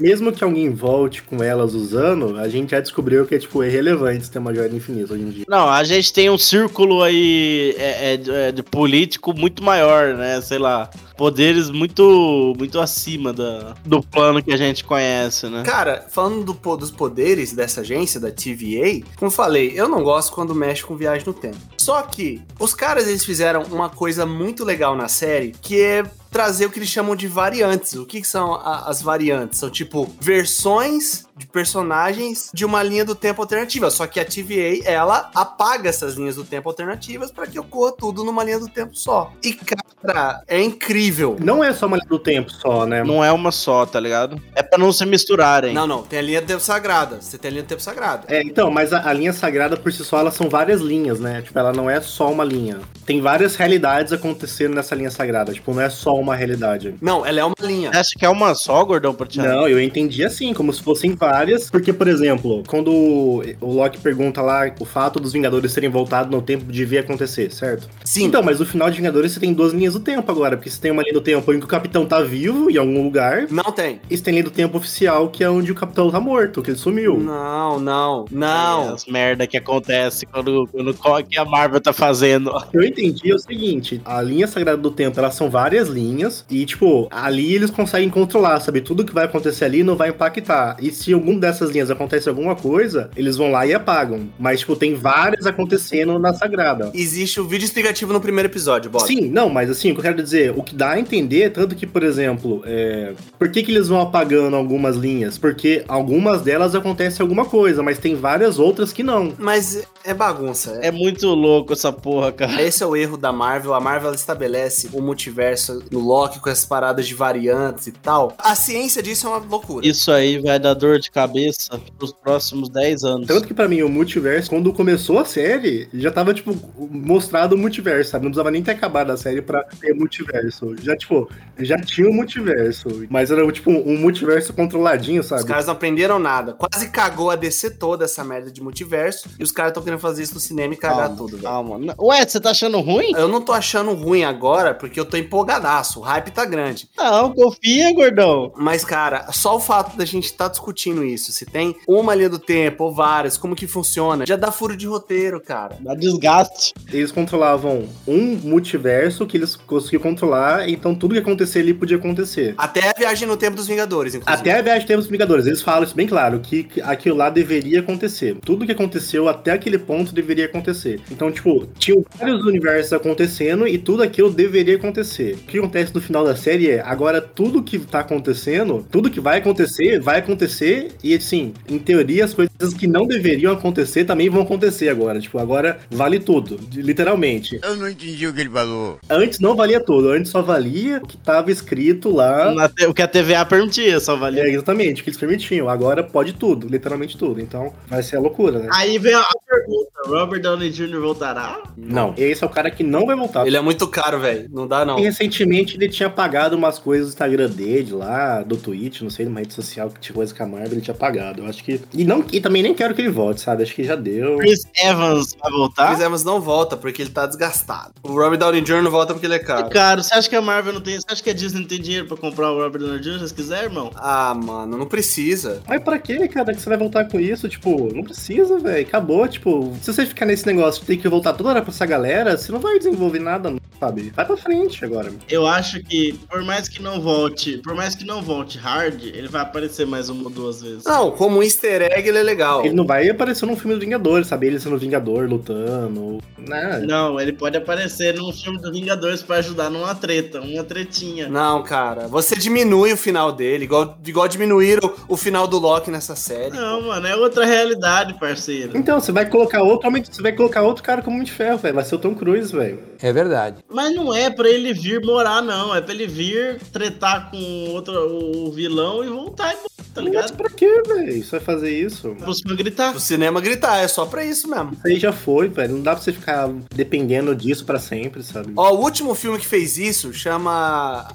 Speaker 2: Mesmo que alguém volte com elas usando, a gente já descobriu que é, tipo, irrelevante se ter uma joia do infinito hoje em dia.
Speaker 3: Não, a gente tem um círculo aí é, é, de- é, de político muito maior, né? Sei lá, poderes muito muito acima da, do plano que a gente conhece, né?
Speaker 1: Cara, falando do po- dos poderes dessa agência, da TVA, como falei, eu não gosto quando mexe com viagem no tempo. Só que os caras eles fizeram uma coisa muito legal na série, que é trazer o que eles chamam de variantes. O que, que são a- as variantes? São tipo versões de personagens de uma linha do tempo alternativa. Só que a TVA, ela apaga essas linhas do tempo alternativas para que ocorra tudo numa linha do tempo só. E cara, é incrível.
Speaker 2: Não é só uma linha do tempo só, né?
Speaker 3: Não é uma só, tá ligado? É pra não se misturarem.
Speaker 1: Não, não, tem a linha do tempo sagrada. Você tem a linha do tempo sagrada.
Speaker 2: É, então, mas a, a linha sagrada por si só, elas são várias linhas, né? Tipo, ela não é só uma linha. Tem várias realidades acontecendo nessa linha sagrada. Tipo, não é só só uma realidade.
Speaker 1: Não, ela é uma linha.
Speaker 3: Você acha que é uma só, gordão, pra
Speaker 1: Tá.
Speaker 3: te
Speaker 2: Não, eu entendi assim, como se fossem várias. Porque, por exemplo, quando o o Loki pergunta lá o fato dos Vingadores serem voltados no tempo devia acontecer, certo?
Speaker 1: Sim.
Speaker 2: Então, mas no final de Vingadores você tem duas linhas do tempo agora. Porque você tem uma linha do tempo em que o Capitão tá vivo em algum lugar.
Speaker 1: Não tem.
Speaker 2: E você tem linha do tempo oficial, que é onde o Capitão tá morto, que ele sumiu.
Speaker 1: Não, não, não.
Speaker 3: As merda que acontece quando, quando co- que a Marvel tá fazendo.
Speaker 2: Eu entendi é o seguinte, a linha sagrada do tempo, elas são várias linhas e tipo, ali eles conseguem controlar, sabe? Tudo que vai acontecer ali não vai impactar. E se algum dessas linhas acontece alguma coisa, eles vão lá e apagam. Mas tipo, tem várias acontecendo na sagrada.
Speaker 1: Existe o vídeo explicativo no primeiro episódio, bora.
Speaker 2: Sim, não, mas assim, o que eu quero dizer, o que dá a entender, é tanto que, por exemplo, é, por que, que eles vão apagando algumas linhas? Porque algumas delas acontece alguma coisa, mas tem várias outras que não.
Speaker 1: Mas é bagunça.
Speaker 3: É muito louco essa porra, cara.
Speaker 1: Esse é o erro da Marvel. A Marvel ela estabelece o multiverso no Loki com essas paradas de variantes e tal. A ciência disso é uma loucura.
Speaker 3: Isso aí vai dar dor de cabeça pros próximos 10 anos.
Speaker 2: Tanto que pra mim o multiverso, quando começou a série, já tava, tipo, mostrado o multiverso, sabe? Não precisava nem ter acabado a série pra ter multiverso. Já, tipo, já tinha o multiverso. Mas era, tipo, um multiverso controladinho,
Speaker 1: Os
Speaker 2: sabe?
Speaker 1: caras não aprenderam nada. Quase cagou a DC toda essa merda de multiverso. E os caras estão querendo fazer isso no cinema e cagar tudo, velho.
Speaker 3: Calma. Não- Ué, você tá achando ruim?
Speaker 1: Eu não tô achando ruim agora, porque eu tô empolgadaço. O hype tá grande.
Speaker 3: Não, confia, gordão.
Speaker 1: Mas, cara, só o fato da gente estar discutindo isso, se tem uma linha do tempo ou várias, como que funciona, já dá furo de roteiro, cara.
Speaker 3: Dá desgaste.
Speaker 2: Eles controlavam um multiverso que eles conseguiam controlar, então tudo que acontecer ali podia acontecer.
Speaker 1: Até a viagem no tempo dos Vingadores, inclusive.
Speaker 2: Até a viagem temos os Vingadores, eles falam isso bem claro, que aquilo lá deveria acontecer. Tudo que aconteceu até aquele ponto deveria acontecer. Então, tipo, tinham vários universos acontecendo e tudo aquilo deveria acontecer. O que acontece no final da série é, agora tudo que tá acontecendo, tudo que vai acontecer, vai acontecer e, assim, em teoria, as coisas que não deveriam acontecer também vão acontecer agora. Tipo, agora vale tudo, de- literalmente.
Speaker 7: Eu não entendi o que ele falou.
Speaker 2: Antes não valia tudo, antes só valia o que tava escrito lá
Speaker 3: Na te- O que a TVA permitia, só valia.
Speaker 2: é, exatamente, que eles permitiam. Agora pode tudo, literalmente tudo. Então vai ser a loucura, né?
Speaker 3: Aí vem a pergunta: Robert Downey Jr. voltará?
Speaker 2: Não. Esse é o cara que não vai voltar.
Speaker 1: Ele é muito caro, velho. Não dá, não.
Speaker 2: E recentemente ele tinha apagado umas coisas do Instagram dele lá, do Twitch, não sei, numa rede social que tinha coisa com a Marvel, ele tinha apagado. Eu acho que. E, não, e também nem quero que ele volte, sabe? Acho que já deu.
Speaker 3: Chris Evans vai voltar?
Speaker 1: Chris Evans não volta porque ele tá desgastado. O Robert Downey Jr. não volta porque ele é caro.
Speaker 3: Cara, você acha que a Marvel não tem. Você acha que a Disney não tem dinheiro pra comprar o Robert Downey Jr. se quiser, irmão?
Speaker 1: Ah, mano, não precisa.
Speaker 2: Mas pra quê, cara, que você vai voltar com isso? Tipo, não precisa, velho. Acabou. Tipo, se você ficar nesse negócio de ter que voltar toda hora pra essa galera, você não vai desenvolver nada, sabe? Vai pra frente agora.
Speaker 3: Eu acho que, por mais que não volte, por mais que não volte hard, ele vai aparecer mais uma ou duas vezes.
Speaker 1: Não, como easter egg ele é legal.
Speaker 2: Ele não vai aparecer num filme do Vingador, sabe? Ele sendo Vingador, lutando. Né?
Speaker 3: Não, ele pode aparecer num filme do Vingadores pra ajudar numa treta, uma tretinha.
Speaker 1: Não, cara. Você diminui o final dele, igual, igual diminuíram o final do Loki nessa série.
Speaker 3: Não, mano, é outra realidade, parceiro.
Speaker 2: Então, você vai colocar outro homem, você vai colocar outro cara como Homem de Ferro, velho. Vai ser o Tom Cruise, velho.
Speaker 4: É verdade.
Speaker 3: Mas não é pra ele vir morar, não. É pra ele vir tretar com outro, o vilão e voltar e voltar, tá
Speaker 2: Mas
Speaker 3: ligado?
Speaker 2: pra quê, velho? Você vai fazer isso?
Speaker 3: Os fãs gritar.
Speaker 1: O cinema gritar, é só pra isso mesmo.
Speaker 2: Isso aí já foi, velho. Não dá pra você ficar dependendo disso pra sempre, sabe?
Speaker 1: Ó, o último filme que fez isso chama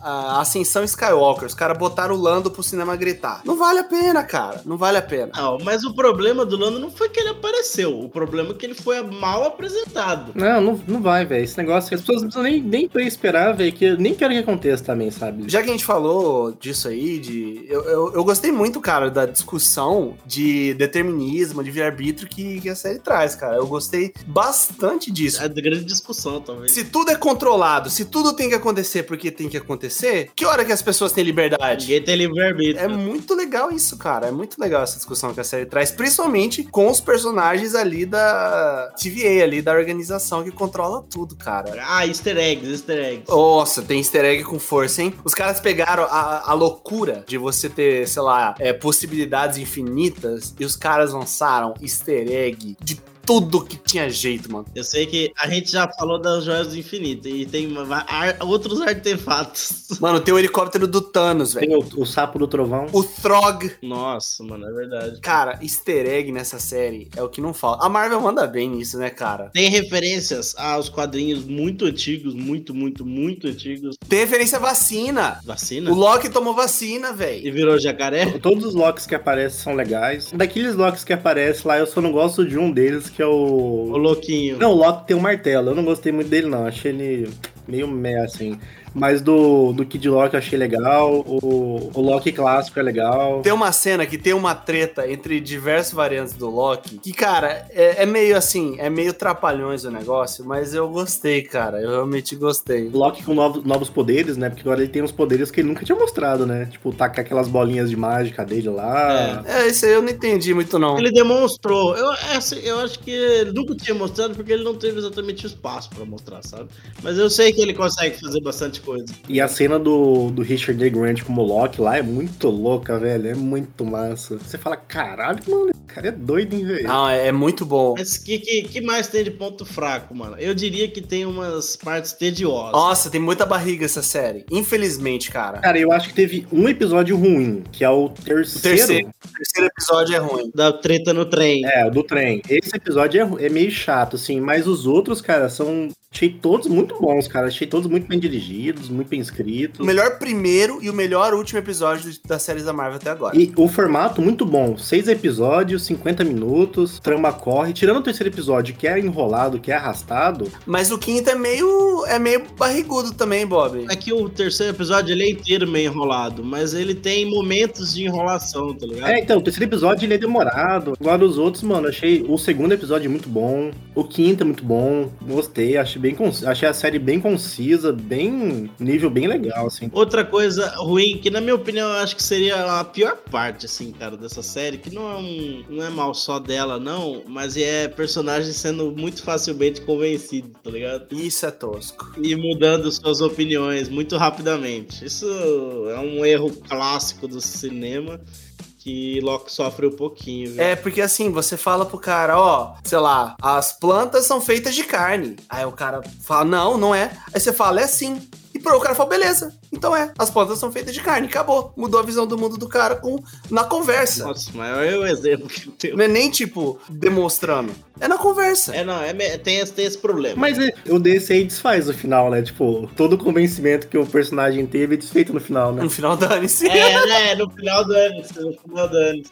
Speaker 1: ah, Ascensão Skywalker. Os caras botaram o Lando pro cinema gritar. Não vale a pena, cara. Não vale a pena.
Speaker 3: Não, mas o problema do Lando não foi que ele apareceu. O problema é que ele foi mal apresentado.
Speaker 2: Não, não, não vai, velho. Esse negócio, as pessoas não precisam nem, nem pra esperar, velho, que eu nem quero que aconteça também, sabe?
Speaker 1: Já que a gente falou disso aí, de. Eu, eu, eu gostei muito, cara, da discussão de determinismo, livre-arbítrio que, que a série traz, cara. Eu gostei bastante disso.
Speaker 3: É de grande discussão, talvez.
Speaker 1: Se tudo é controlado, se tudo tem que acontecer porque tem que acontecer, que hora que as pessoas têm liberdade?
Speaker 3: Ninguém tem
Speaker 1: É
Speaker 3: livre-arbítrio.
Speaker 1: muito legal isso, cara. É muito legal essa discussão que a série traz, principalmente com os personagens ali da TVA, ali da organização que controla tudo, cara.
Speaker 3: Ah, easter eggs, easter eggs.
Speaker 1: Nossa, tem easter egg com força, hein? Os caras pegaram a, a loucura de você ter, sei lá, é, possibilidades infinitas e os caras lançaram easter egg de tudo que tinha jeito, mano.
Speaker 3: Eu sei que a gente já falou das joias do infinito e tem va- ar- outros artefatos.
Speaker 1: Mano, tem o helicóptero do Thanos, velho.
Speaker 2: Tem o, o sapo do trovão.
Speaker 1: O Throg.
Speaker 3: Nossa, mano, é verdade.
Speaker 1: Cara, easter egg nessa série é o que não falta. A Marvel manda bem nisso, né, cara?
Speaker 3: Tem referências aos quadrinhos muito antigos, muito, muito, muito antigos.
Speaker 1: Tem referência à vacina.
Speaker 3: Vacina?
Speaker 1: O Loki tomou vacina,
Speaker 3: E
Speaker 1: velho.
Speaker 3: virou jacaré?
Speaker 2: Todos os locks que aparecem são legais. Daqueles locks que aparecem lá, eu só não gosto de um deles, que é
Speaker 3: O
Speaker 2: o.
Speaker 3: louquinho.
Speaker 2: Não, o Loki tem um martelo. Eu não gostei muito dele, não. Achei ele meio meh, assim. Mas do, do Kid Loki eu achei legal. O, o Loki clássico é legal.
Speaker 1: Tem uma cena que tem uma treta entre diversos variantes do Loki. Que, cara, é, é meio assim, é meio trapalhões o negócio, mas eu gostei, cara. Eu realmente gostei.
Speaker 2: O Loki com novos, novos poderes, né? Porque agora ele tem uns poderes que ele nunca tinha mostrado, né? Tipo, tacar aquelas bolinhas de mágica dele lá.
Speaker 1: É, isso aí eu não entendi muito, não.
Speaker 3: Ele demonstrou. Eu, essa- eu acho que ele nunca tinha mostrado porque ele não teve exatamente espaço pra mostrar, sabe? Mas eu sei que ele consegue fazer bastante coisa.
Speaker 2: E a cena do, do Richard D. Grant como Loki lá é muito louca, velho. É muito massa. Você fala, caralho, mano, esse cara é doido, hein, velho?
Speaker 1: Não, é, é muito bom.
Speaker 3: Mas que, que, que mais tem de ponto fraco, mano? Eu diria que tem umas partes tediosas.
Speaker 1: Nossa, tem muita barriga essa série. Infelizmente, cara.
Speaker 2: Cara, eu acho que teve um episódio ruim, que é o terceiro.
Speaker 1: O terceiro, o terceiro episódio é ruim.
Speaker 3: Da treta no trem.
Speaker 2: É, o do trem. Esse episódio é ru- é, meio chato, assim, mas os outros, cara, são. Achei todos muito bons, cara. Achei todos muito bem dirigidos, muito bem
Speaker 1: O
Speaker 2: escritos.
Speaker 1: melhor primeiro e o melhor último episódio de- das séries da Marvel até agora.
Speaker 2: E o formato muito bom. Seis episódios, 50 minutos, trama corre. Tirando o terceiro episódio, que é enrolado, que é arrastado,
Speaker 1: Mas o quinto é meio, é meio barrigudo também, Bob.
Speaker 3: É que o terceiro episódio ele é inteiro meio enrolado, mas ele tem momentos de enrolação, tá ligado?
Speaker 2: É, então, o terceiro episódio ele é demorado. Agora os outros, mano, achei o segundo episódio muito bom, o quinto é muito bom, gostei, achei bem con- achei a série bem concisa, bem nível bem legal, assim.
Speaker 3: Outra coisa ruim, que na minha opinião eu acho que seria a pior parte, assim, cara, dessa série, que não é, um, não é mal só dela, não, mas é personagem sendo muito facilmente convencido, tá ligado?
Speaker 1: Isso é tosco.
Speaker 3: E mudando suas opiniões muito rapidamente. Isso é um erro clássico do cinema que Locke sofre um pouquinho, viu?
Speaker 1: É, porque assim, você fala pro cara, ó, sei lá, as plantas são feitas de carne. Aí o cara fala, não, não é. Aí você fala, é sim. E pro o cara fala, beleza. Então é, as plantas são feitas de carne. Acabou. Mudou a visão do mundo do cara com, na conversa.
Speaker 3: Nossa, mas é o exemplo que eu tenho.
Speaker 1: Não é nem, tipo, demonstrando. É na conversa.
Speaker 3: É, não, é, me- tem, esse, tem esse problema.
Speaker 2: Mas é, o DC aí desfaz no final, né? Tipo, todo o convencimento que o personagem teve é desfeito no final, né?
Speaker 1: No final, dane-se.
Speaker 3: É, né? No final do ano, no final do ano.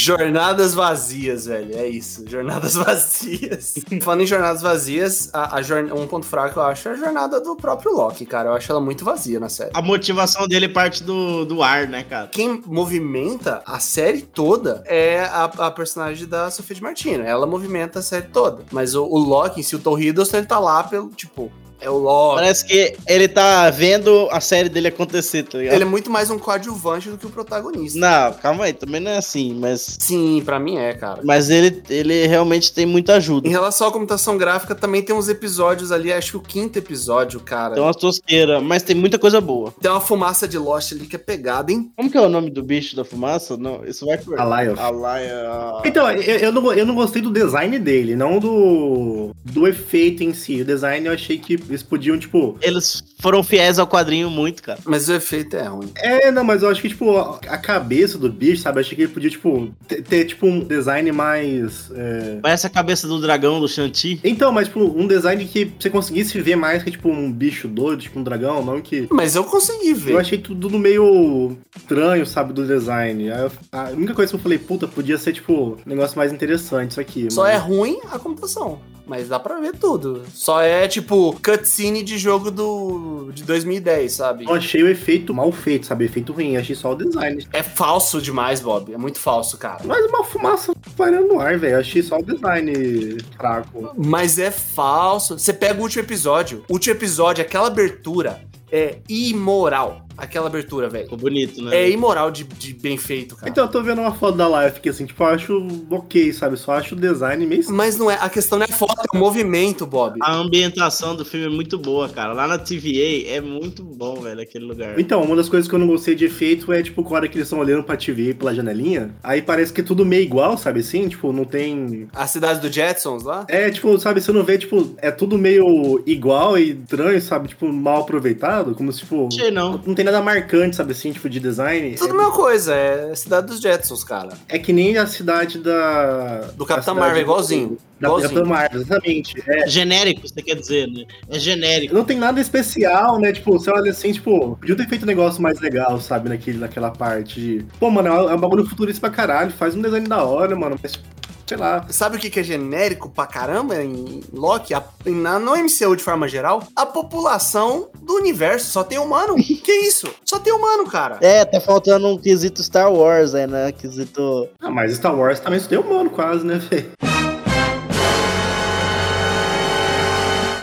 Speaker 1: Jornadas vazias, velho. É isso. Jornadas vazias. Falando em jornadas vazias, a, a jorn- um ponto fraco eu acho é a jornada do próprio Loki, cara. Eu acho ela muito vazia na série.
Speaker 3: A motivação dele parte do, do ar, né, cara?
Speaker 1: Quem movimenta a série toda é a, a personagem da Sofia de Martino. Ela movimenta a série toda. Mas o, o Loki, em si, o Tom Hiddleston, ele tá lá pelo, tipo, é o Loki.
Speaker 3: Parece que ele tá vendo a série dele acontecer, tá ligado?
Speaker 1: Ele é muito mais um coadjuvante do que o protagonista.
Speaker 3: Não, calma aí, também não é assim, mas.
Speaker 1: Sim, pra mim é, cara.
Speaker 3: Mas ele, ele realmente tem muita ajuda.
Speaker 1: Em relação à computação gráfica, também tem uns episódios ali, acho que o quinto episódio, cara.
Speaker 3: Então é uma tosqueira, mas tem muita coisa boa.
Speaker 1: Tem uma fumaça de Lost ali que é pegada, hein?
Speaker 3: Como que é o nome do bicho da fumaça? Não, isso vai é por.
Speaker 2: Alioth.
Speaker 3: Alaia.
Speaker 2: Então, eu, eu não, go- eu não gostei do design dele, não do, do efeito em si. O design eu achei que eles podiam, tipo,
Speaker 3: Eles foram fiéis ao quadrinho muito, cara.
Speaker 1: Mas o efeito é ruim.
Speaker 2: É, não, mas eu acho que, tipo, a a cabeça do bicho, sabe? Eu achei que ele podia, tipo, ter, ter, tipo, um design mais. é.
Speaker 3: Parece a cabeça do dragão do Shanti.
Speaker 2: Então, mas, tipo, um design que você conseguisse ver mais que, tipo, um bicho doido, tipo, um dragão, não que.
Speaker 1: Mas eu consegui
Speaker 2: Eu
Speaker 1: ver.
Speaker 2: achei tudo meio estranho, sabe, do design. Aí eu- A única coisa que eu falei, puta, podia ser, tipo, um negócio mais interessante isso aqui.
Speaker 1: Só
Speaker 2: mas-
Speaker 1: é ruim a computação. Mas dá pra ver tudo. Só é tipo cutscene de jogo do de 2010, sabe?
Speaker 2: Eu achei o efeito mal feito, sabe? Efeito ruim, eu achei só o design.
Speaker 1: É falso demais, Bob. É muito falso, cara.
Speaker 2: Mas uma fumaça pairando no ar, velho. Eu achei só o design fraco.
Speaker 1: Mas é falso. Você pega o último episódio. O último episódio, aquela abertura é imoral. Aquela abertura, velho.
Speaker 3: Ficou bonito, né?
Speaker 1: É imoral de, de bem feito, cara.
Speaker 2: Então, eu tô vendo uma foto da live que, assim, tipo, eu acho ok, sabe? Só acho o design meio estranho.
Speaker 1: Mas não é. A questão não é foto, é o movimento, Bob.
Speaker 2: Ah.
Speaker 3: A ambientação do filme é muito boa, cara. Lá na TVA é muito bom, velho, aquele lugar.
Speaker 2: Então, uma das coisas que eu não gostei de efeito é, tipo, a hora que eles estão olhando pra TV pela janelinha, aí parece que é tudo meio igual, sabe assim? Tipo, não tem...
Speaker 1: A cidade do Jetsons lá?
Speaker 2: É, tipo, sabe, você não vê, tipo, é tudo meio igual e estranho, sabe? Tipo, mal aproveitado, como se, tipo...
Speaker 3: Não achei, não.
Speaker 2: Não tem nada marcante, sabe assim, tipo, de design.
Speaker 1: Tudo a
Speaker 2: é,
Speaker 1: mesma coisa, é a cidade dos Jetsons, cara.
Speaker 2: é que nem a cidade da...
Speaker 1: Do
Speaker 2: a
Speaker 1: Capitão
Speaker 2: cidade-
Speaker 1: Marvel, igualzinho.
Speaker 2: Da Capitã
Speaker 1: Igualzinho.
Speaker 2: Marvel, exatamente. É,
Speaker 3: Genérico, você quer dizer, né? É genérico.
Speaker 2: Não tem nada especial, né? Tipo, você olha assim, tipo, podia ter feito um negócio mais legal, sabe? Naquele, naquela parte de. Pô, mano, é um bagulho futurista pra caralho, faz um design da hora, mano. Mas, sei lá.
Speaker 1: Sabe o que que é genérico pra caramba em Loki? A- na, no MCU de forma geral, a população do universo só tem humano. que isso? Só tem humano, cara.
Speaker 3: É, tá faltando um quesito Star Wars aí, né? Quesito.
Speaker 2: Ah, mas Star Wars também isso deu humano, quase, né, velho?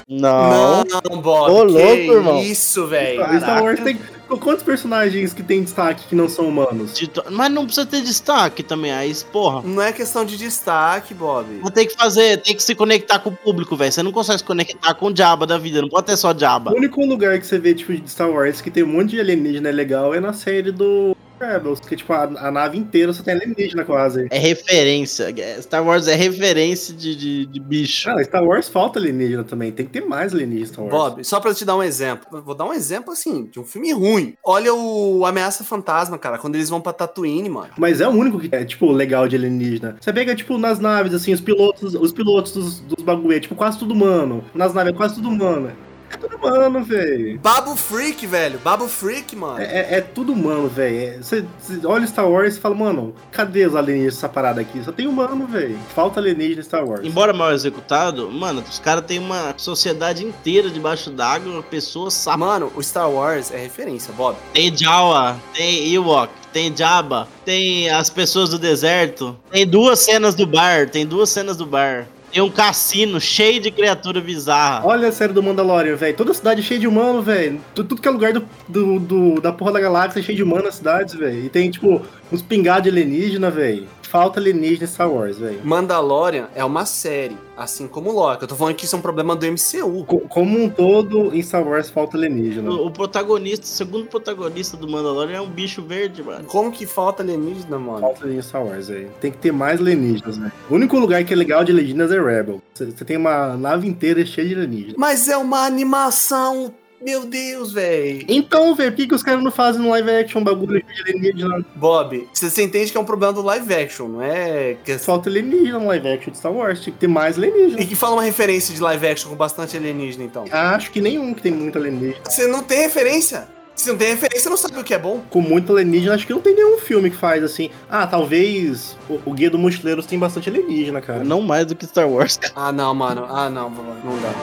Speaker 1: Não, não, Bob.
Speaker 3: Ô,
Speaker 1: que
Speaker 3: louco, irmão. é um
Speaker 1: Isso, velho.
Speaker 2: Star Wars
Speaker 1: Caraca.
Speaker 2: tem. Quantos personagens que tem destaque que não são humanos?
Speaker 3: De to- Mas não precisa ter destaque também, aí, porra.
Speaker 1: Não é questão de destaque, Bob.
Speaker 3: Vou ter que fazer, tem que se conectar com o público, velho. Você não consegue se conectar com o diaba da vida, não pode ter só diaba.
Speaker 2: O único lugar que você vê, tipo, de Star Wars que tem um monte de alienígena legal é na série do Rebels, que, tipo, a, a nave inteira só tem alienígena quase.
Speaker 3: É referência. é- Star Wars é referência de, de, de bicho.
Speaker 2: Cara, Ah, Star Wars falta alienígena também, tem que ter mais alienígena em Star Wars.
Speaker 1: Bob, só pra te dar um exemplo. Vou dar um exemplo, assim, de um filme ruim. Olha o Ameaça Fantasma, cara, quando eles vão pra Tatooine, mano.
Speaker 2: Mas é o único que é, tipo, legal de alienígena. Você pega, tipo, nas naves, assim, os pilotos, os pilotos dos, dos bagulho, é, tipo, quase tudo humano. Nas naves é quase tudo humano. É tudo humano, velho.
Speaker 1: Babo Freak, velho. Babo Freak, mano.
Speaker 2: É, é- é tudo humano, velho. Você você olha Star Wars e fala, mano, cadê os alienígenas dessa parada aqui? Só tem humano, velho. Falta alienígena em Star Wars.
Speaker 3: Embora mal executado, mano, os caras têm uma sociedade inteira debaixo d'água, pessoas sapos.
Speaker 1: Mano, o Star Wars é referência, Bob.
Speaker 3: Tem Jawa, tem Ewok, tem Jabba, tem as pessoas do deserto. Tem duas cenas do bar, tem duas cenas do bar. Tem um cassino cheio de criatura bizarra.
Speaker 2: Olha a série do Mandalorian, velho. Toda a cidade é cheia de humano, velho. Tu- Tudo que é lugar do, do- do- da porra da galáxia é cheio de humano nas cidades, velho. E tem, tipo, uns pingados de alienígena, velho. Falta alienígena em Star Wars, velho.
Speaker 1: Mandalorian é uma série, assim como Loki. Eu tô falando que isso é um problema do MCU.
Speaker 2: Co- Como um todo, em Star Wars falta alienígena.
Speaker 3: O, o protagonista, o segundo protagonista do Mandalorian é um bicho verde, mano.
Speaker 1: Como que falta alienígena, mano?
Speaker 2: Falta em Star Wars, velho. Tem que ter mais alienígenas, velho. O único lugar que é legal de alienígenas é Rebel. Você tem uma nave inteira cheia de alienígenas.
Speaker 1: Mas é uma animação. Meu Deus, velho.
Speaker 2: Então, velho, por que, que os caras não fazem no live action um bagulho de alienígena?
Speaker 1: Bob, você você entende que é um problema do live action, não é? que-
Speaker 2: Falta alienígena no live action de Star Wars. Tinha que ter mais alienígena.
Speaker 1: E que fala uma referência de live action com bastante alienígena, então.
Speaker 2: Acho que nenhum que tem muito alienígena.
Speaker 1: Você não tem referência. Se não tem referência, você não sabe o que é bom.
Speaker 2: Com muito alienígena, acho que não tem nenhum filme que faz assim. Ah, talvez o, o Guia do Mochileiro tem bastante alienígena, cara.
Speaker 3: Não mais do que Star Wars, cara.
Speaker 1: Ah, não, mano. Ah, não, não dá.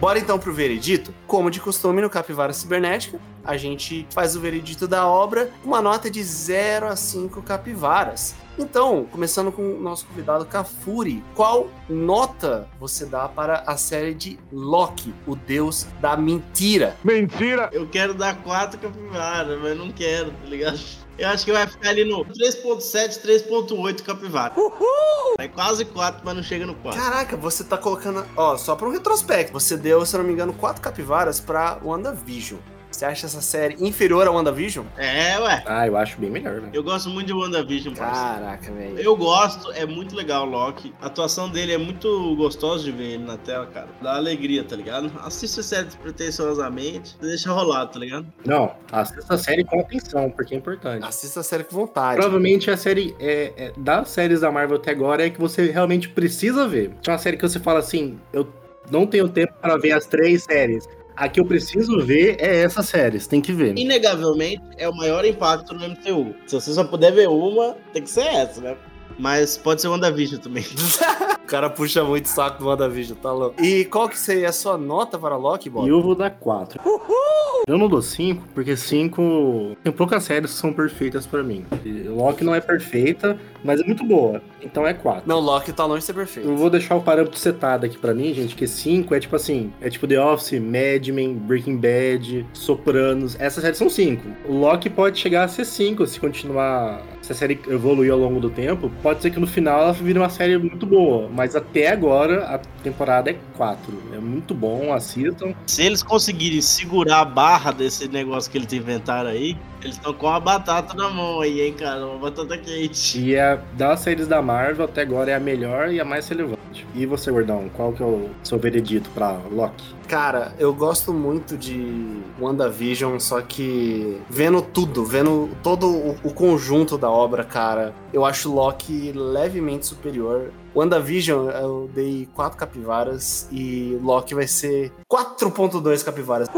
Speaker 1: Bora então pro veredito? Como de costume no Capivara Cibernética, a gente faz o veredito da obra com uma nota de 0 a 5 capivaras. Então, começando com o nosso convidado Cafuri, qual nota você dá para a série de Loki, o deus da mentira?
Speaker 3: Eu quero dar 4 capivaras, mas não quero, tá ligado? Eu acho que vai ficar ali no 3.7, 3.8 capivara. Uhul! É quase 4, mas não chega no 4.
Speaker 1: Caraca, você tá colocando. Ó, só pra um retrospecto. Você deu, se eu não me engano, quatro capivaras pra WandaVision. Você acha essa série inferior a WandaVision?
Speaker 3: É, ué.
Speaker 2: Ah, eu acho bem melhor, velho.
Speaker 3: Eu gosto muito de WandaVision, parceiro.
Speaker 1: Caraca, velho.
Speaker 3: Eu gosto, é muito legal o Loki. A atuação dele é muito gostosa de ver ele na tela, cara. Dá alegria, tá ligado? Assiste a série pretensiosamente, deixa rolar, tá ligado?
Speaker 2: Não, assista a série com atenção, porque é importante.
Speaker 1: Assista a série com vontade.
Speaker 2: Provavelmente a série é, é- das séries da Marvel até agora é que você realmente precisa ver. Tinha uma série que você fala assim, eu não tenho tempo pra ver as três séries. A que eu preciso ver é essa série, você tem que ver.
Speaker 3: Inegavelmente, é o maior impacto no MCU. Se você só puder ver uma, tem que ser essa, né? Mas pode ser WandaVision também.
Speaker 1: O cara puxa muito o saco do WandaVision, tá louco. E qual que seria a sua nota para Loki,
Speaker 2: E
Speaker 1: Bob?
Speaker 2: eu vou dar quatro. Eu não dou 5, porque 5. Tem poucas séries que são perfeitas pra mim. E Loki não é perfeita, mas é muito boa. Então é 4.
Speaker 1: Não, Loki tá longe de ser
Speaker 2: Eu
Speaker 1: perfeito.
Speaker 2: vou deixar o parâmetro setado aqui pra mim, gente, que 5 é tipo assim, é tipo The Office, Mad Men, Breaking Bad, Sopranos, essas séries são 5. O Loki pode chegar a ser 5 se continuar, se a série evoluir ao longo do tempo, pode ser que no final ela vire uma série muito boa, mas até agora a temporada é 4. É muito bom, assistam.
Speaker 3: Se eles conseguirem segurar a barra desse negócio que eles inventaram aí, eles estão com uma batata na mão aí, hein, cara? Uma batata quente.
Speaker 2: E a das séries da Marvel até agora é a melhor e a mais relevante. E você, Gordão, qual que é o seu veredito pra Loki?
Speaker 1: Cara, eu gosto muito de WandaVision, só que vendo tudo, vendo todo o, o conjunto da obra, cara, eu acho Loki levemente superior. WandaVision, eu dei 4 capivaras e Loki vai ser 4.2 capivaras.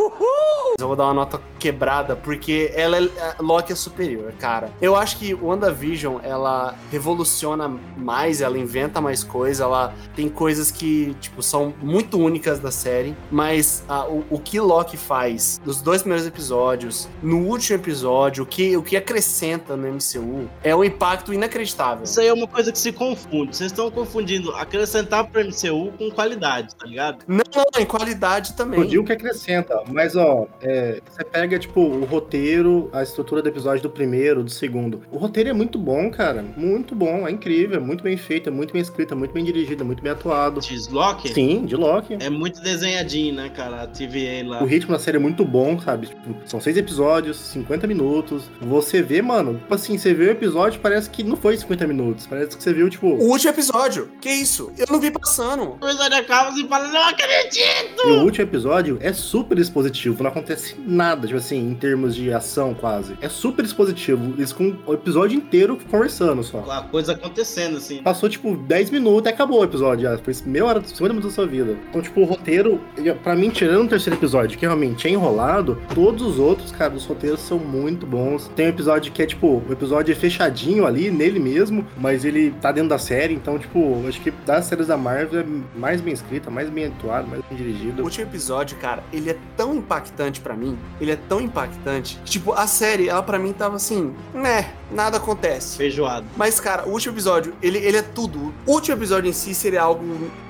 Speaker 1: Eu vou dar uma nota quebrada, porque ela é, a Loki é superior, cara. Eu acho que WandaVision, ela revoluciona mais, ela inventa mais coisa, ela tem coisas que, tipo, são muito únicas da série. Mas a- o, o que Loki faz nos dois primeiros episódios, no último episódio, o que, o que acrescenta no MCU é um impacto inacreditável.
Speaker 3: Isso aí é uma coisa que se confunde. Vocês estão confundindo acrescentar pro MCU com qualidade, tá ligado?
Speaker 1: Não, não, em qualidade também.
Speaker 2: Explodiu o que acrescenta, mas ó, é, você pega, tipo, o roteiro, a estrutura do episódio do primeiro, do segundo. O roteiro é muito bom, cara. Muito bom, é incrível, é muito bem feito, é muito bem escrito, é muito bem dirigido, é muito bem atuado.
Speaker 3: Diz Loki
Speaker 2: Sim, de Loki.
Speaker 3: é muito desenhadinho, né, cara? A TVA lá.
Speaker 2: O ritmo da série é muito bom, sabe? Tipo, são seis episódios, 50 minutos. Você vê, mano, tipo assim, você vê o episódio, parece que não foi 50 minutos. Parece que você viu, tipo,
Speaker 1: O último episódio. Que isso? Eu não vi passando.
Speaker 3: O episódio acaba e fala, não acredito!
Speaker 2: E o último episódio é super expositivo, não acontece nada, tipo assim, em termos de ação quase. É super expositivo, eles com o episódio inteiro conversando só.
Speaker 3: A coisa acontecendo, assim.
Speaker 2: Passou, tipo, 10 minutos e acabou o episódio já. Foi meia hora, 50 minutos da sua vida. Então, tipo, o roteiro, ele- pra mim, tirando o terceiro episódio, que realmente é enrolado, todos os outros, cara, os roteiros são muito bons. Tem um episódio que é, tipo, o episódio é fechadinho ali, nele mesmo, mas ele tá dentro da série, então, tipo, acho que das séries da Marvel é mais bem escrita, mais bem atuada, mais bem dirigida.
Speaker 1: O último episódio, cara, ele é tão impactante pra mim, ele é tão impactante, que, tipo, a série, ela pra mim tava assim, né, nada acontece.
Speaker 3: Feijoada.
Speaker 1: Mas, cara, o último episódio, ele, ele é tudo. O último episódio em si seria algo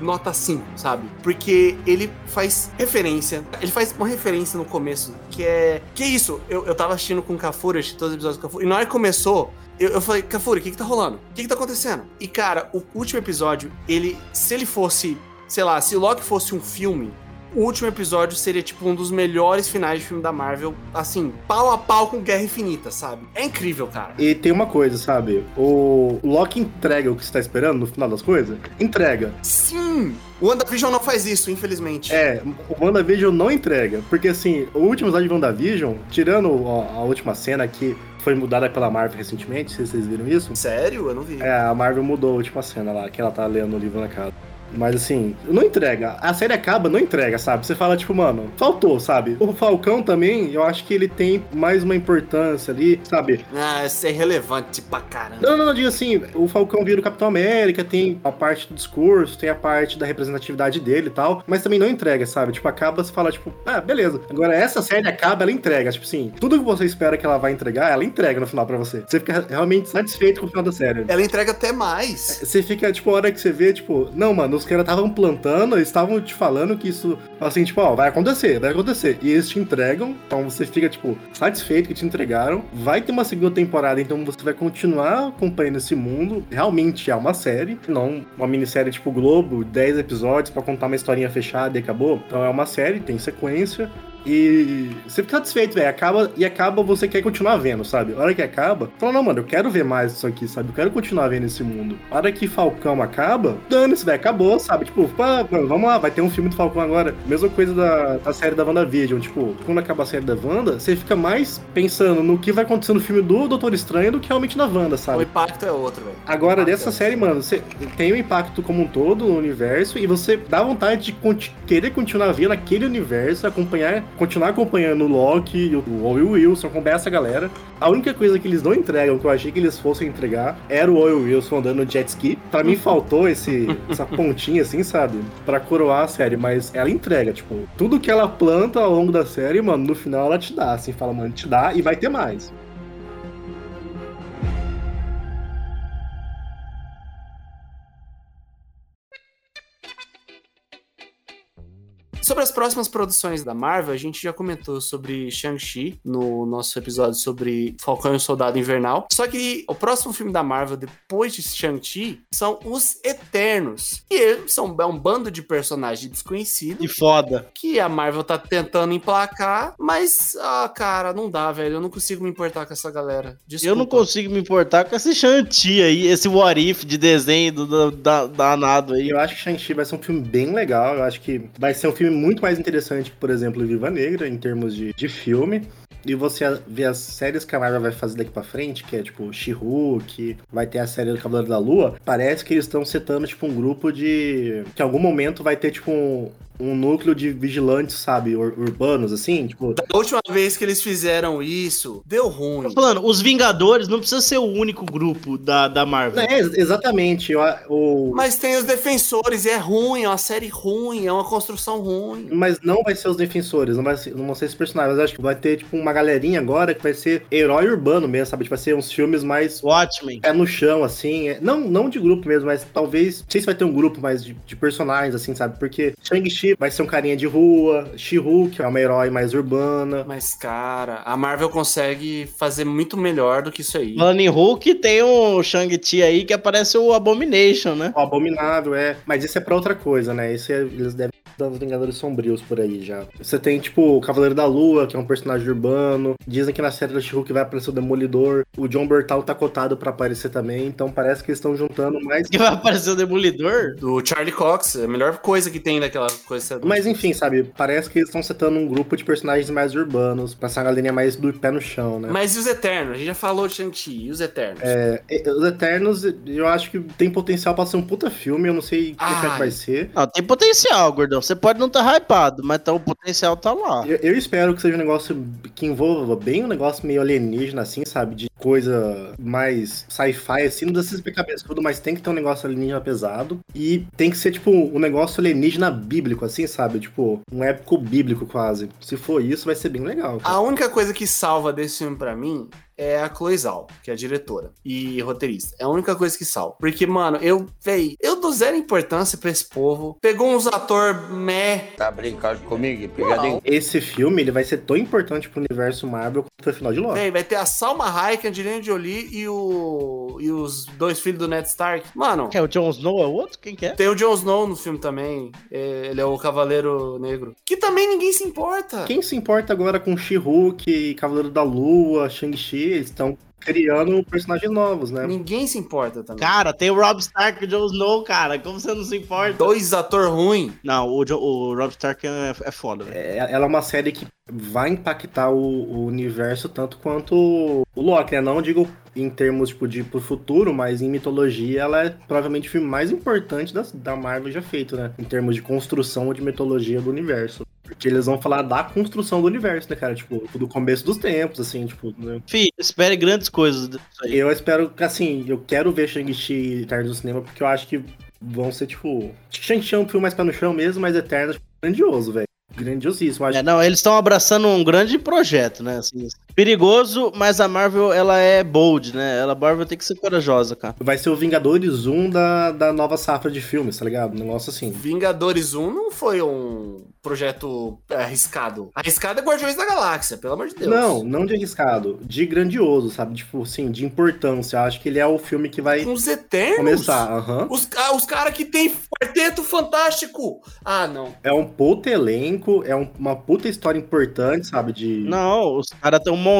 Speaker 1: nota 5, sabe? Porque ele faz referência. Ele faz uma referência no começo, que é. Que isso? Eu, eu tava assistindo com o Cafuri, assisti todos os episódios com o Cafuri, e na hora que começou, eu, eu falei, Cafuri, o que que tá rolando? O que que tá acontecendo? E, cara, o último episódio, ele. Se ele fosse. Sei lá, se o Loki fosse um filme, o último episódio seria, tipo, um dos melhores finais de filme da Marvel. Assim, pau a pau com Guerra Infinita, sabe? É incrível, cara.
Speaker 2: E tem uma coisa, sabe? O Loki entrega o que você tá esperando no final das coisas? Entrega.
Speaker 1: Sim! O WandaVision não faz isso, infelizmente.
Speaker 2: É, o WandaVision não entrega. Porque assim, o último episódio de WandaVision, tirando ó, a última cena que foi mudada pela Marvel recentemente, se vocês viram isso.
Speaker 1: Sério? Eu não vi.
Speaker 2: É, a Marvel mudou a última cena lá, que ela tá lendo o livro na casa. Mas assim, não entrega. A série acaba, não entrega, sabe? Você fala, tipo, mano, faltou, sabe? O Falcão também, eu acho que ele tem mais uma importância ali, sabe?
Speaker 1: Ah, isso é relevante pra caramba.
Speaker 2: Não, não, não, digo assim, o Falcão vira o Capitão América, tem a parte do discurso, tem a parte da representatividade dele e tal, mas também não entrega, sabe? Tipo, acaba, você fala, tipo, ah, beleza. Agora, essa série acaba, ela entrega, tipo assim, tudo que você espera que ela vai entregar, ela entrega no final pra você. Você fica realmente satisfeito com o final da série.
Speaker 1: Ela entrega até mais.
Speaker 2: Você fica, tipo, a hora que você vê, tipo, não, mano, os caras estavam plantando, eles estavam te falando que isso, assim, tipo, ó, vai acontecer, vai acontecer. E eles te entregam, então você fica, tipo, satisfeito que te entregaram. Vai ter uma segunda temporada, então você vai continuar acompanhando esse mundo. Realmente é uma série, não uma minissérie tipo Globo, 10 episódios pra contar uma historinha fechada e acabou. Então é uma série, tem sequência. E você fica satisfeito, velho. Acaba e acaba, você quer continuar vendo, sabe? A hora que acaba, você fala, não, mano, eu quero ver mais isso aqui, sabe? Eu quero continuar vendo esse mundo. A hora que Falcão acaba, dane-se, velho, acabou, sabe? Tipo, pá, mano, vamos lá, vai ter um filme do Falcão agora. Mesma coisa da, da série da WandaVision. Tipo, quando acaba a série da Wanda, você fica mais pensando no que vai acontecer no filme do Doutor Estranho do que realmente na Wanda,
Speaker 1: O
Speaker 2: sabe?
Speaker 1: impacto é outro, velho.
Speaker 2: Agora,
Speaker 1: Ah,
Speaker 2: dessa
Speaker 1: cara.
Speaker 2: série, mano, você tem um impacto como um todo no universo e você dá vontade de conti- querer continuar vendo aquele universo, acompanhar continuar acompanhando o Loki, o Owen Wilson, acompanhar essa galera. A única coisa que eles não entregam, que eu achei que eles fossem entregar, era o Owen Wilson andando de jet ski. Pra mim faltou esse, essa pontinha, assim, sabe? Pra coroar a série, mas ela entrega, tipo, tudo que ela planta ao longo da série, mano, no final ela te dá, assim, fala, mano, te dá e vai ter mais.
Speaker 1: Sobre as próximas produções da Marvel, a gente já comentou sobre Shang-Chi no nosso episódio sobre Falcão e o Soldado Invernal. Só que o próximo filme da Marvel, depois de Shang-Chi, são os Eternos. E eles são é um bando de personagens desconhecidos
Speaker 3: E foda.
Speaker 1: que a Marvel tá tentando emplacar, mas, ah, cara, não dá, velho. Eu não consigo me importar com essa galera. Desculpa.
Speaker 3: Eu não consigo me importar com esse Shanti aí, esse What If de desenho do, do- da- danado
Speaker 2: E
Speaker 3: aí.
Speaker 2: eu acho que Shang-Chi vai ser um filme bem legal. Eu acho que vai ser um filme muito mais interessante que, por exemplo, Viva Negra, em termos de, de filme. E você a- vê as séries que a Marvel vai fazer daqui pra frente, que é tipo She-Hulk, vai ter a série do Cavaleiro da Lua. Parece que eles estão setando, tipo, um grupo de. que em algum momento vai ter, tipo, um, um núcleo de vigilantes, sabe? ur- urbanos, assim. Tipo,
Speaker 1: A última vez que eles fizeram isso, deu ruim.
Speaker 3: Tô falando, os Vingadores não precisa ser o único grupo da, da Marvel.
Speaker 2: é, ex- exatamente. Eu, a- o,
Speaker 1: Mas tem os defensores, é ruim, é uma série ruim, é uma construção ruim.
Speaker 2: Mas não vai ser os defensores, não, vai ser, não vão ser esses personagens. Acho que vai ter, tipo, uma galerinha agora que vai ser herói urbano mesmo, sabe? Tipo, vai ser uns filmes mais
Speaker 3: Watchmen.
Speaker 2: pé no chão, assim. é- Não, não de grupo mesmo, mas talvez. Não sei se vai ter um grupo, mas de, de personagens, assim, sabe? Porque Shang-Chi vai ser um carinha de rua, She-Hulk é uma herói mais urbana.
Speaker 1: Mas, cara, a Marvel consegue fazer muito melhor do que isso aí.
Speaker 3: Falando em Hulk, tem um Shang-Chi aí que aparece o Abomination, né?
Speaker 2: O Abominável, é. Mas isso é pra outra coisa, né? Isso é- eles devem dar os Vingadores Sombrios por aí já. Você tem, tipo, o Cavaleiro da Lua, que é um personagem urbano. Dizem que na série do She-Hulk vai aparecer o Demolidor. O John Bertal tá cotado pra aparecer também. Então parece que eles estão juntando mais.
Speaker 3: Que vai aparecer o Demolidor.
Speaker 1: Do Charlie Cox, é a melhor coisa que tem daquela coisa.
Speaker 2: Mas enfim, sabe? Parece que eles estão setando um grupo de personagens mais urbanos, pra essa galerinha mais do pé no chão, né?
Speaker 1: Mas e os Eternos? A gente já falou de Shang-Chi, e os Eternos?
Speaker 3: É,
Speaker 2: E- É, Os Eternos, eu acho que tem potencial pra ser um puta filme, eu não sei como é que
Speaker 1: Ai.
Speaker 2: vai ser.
Speaker 3: Não, tem potencial, gordão. Você pode não tá hypado, mas tá, o potencial tá lá.
Speaker 2: Eu, eu espero que seja um negócio que envolva bem um negócio meio alienígena, assim, sabe? De coisa mais sci-fi, assim, não precisa ser cabeçudo, mas tem que ter um negócio alienígena pesado. E tem que ser, tipo, um negócio alienígena bíblico, assim, sabe? Tipo, um épico bíblico quase. Se for isso, vai ser bem legal.
Speaker 1: A única coisa que salva desse filme pra mim é a Chloe Zhao, que é a diretora e roteirista. É a única coisa que salva. Porque, mano, eu, véi, eu dou zero importância pra esse povo. Pegou uns ator meh.
Speaker 7: Tá brincando comigo? Pegadinha?
Speaker 2: Esse filme, ele vai ser tão importante pro universo Marvel quanto foi o final de Loki.
Speaker 1: Véi, vai ter a Salma Hayek, a Angelina Jolie e o e os dois filhos do Ned Stark. Mano,
Speaker 3: Quem é o Jon Snow? É o outro? Quem que é?
Speaker 1: tem o Jon Snow no filme também. É, Ele é o Cavaleiro Negro. Que também ninguém se importa.
Speaker 2: Quem se importa agora com She-Hulk, Cavaleiro da Lua, Shang-Chi, eles estão criando personagens novos, né?
Speaker 1: Ninguém se importa também.
Speaker 3: Cara, tem o Rob Stark e o Jon Snow, cara. Como você não se importa?
Speaker 1: Dois ator ruim.
Speaker 3: Não, o, Jo- o Rob Stark é, é foda, velho.
Speaker 2: É- ela é uma série que vai impactar o, o universo tanto quanto o- o Loki, né? Não digo em termos tipo, de pro futuro, mas em mitologia ela é provavelmente o filme mais importante das- da Marvel já feito, né? Em termos de construção de mitologia do universo. Porque eles vão falar da construção do universo, né, cara? Tipo, do começo dos tempos, assim, tipo, né?
Speaker 3: Fih, espere grandes coisas disso aí.
Speaker 2: Eu espero que, assim, eu quero ver Shang-Chi e Eternos no cinema, porque eu acho que vão ser, tipo. Shang-Chi é um filme mais pé no chão mesmo, mas Eternos é grandioso, velho. Grandiosíssimo. Acho
Speaker 3: É, não, eles estão abraçando um grande projeto, né? assim, perigoso, mas a Marvel, ela é bold, né? Ela, a Marvel tem que ser corajosa, cara.
Speaker 2: Vai ser o Vingadores 1 da, da nova safra de filmes, tá ligado? Um negócio assim.
Speaker 1: Vingadores 1 não foi um projeto arriscado. Arriscado é Guardiões da Galáxia, pelo amor de Deus.
Speaker 2: Não, não de arriscado, de grandioso, sabe? Tipo, assim, de importância. Eu acho que ele é o filme que vai
Speaker 1: Com os Eternos.
Speaker 2: começar. Aham.
Speaker 1: Os, ah, os caras que tem quarteto fantástico. Ah, não.
Speaker 2: É um puta elenco, é um- uma puta história importante, sabe? De.
Speaker 3: Não, os caras estão montando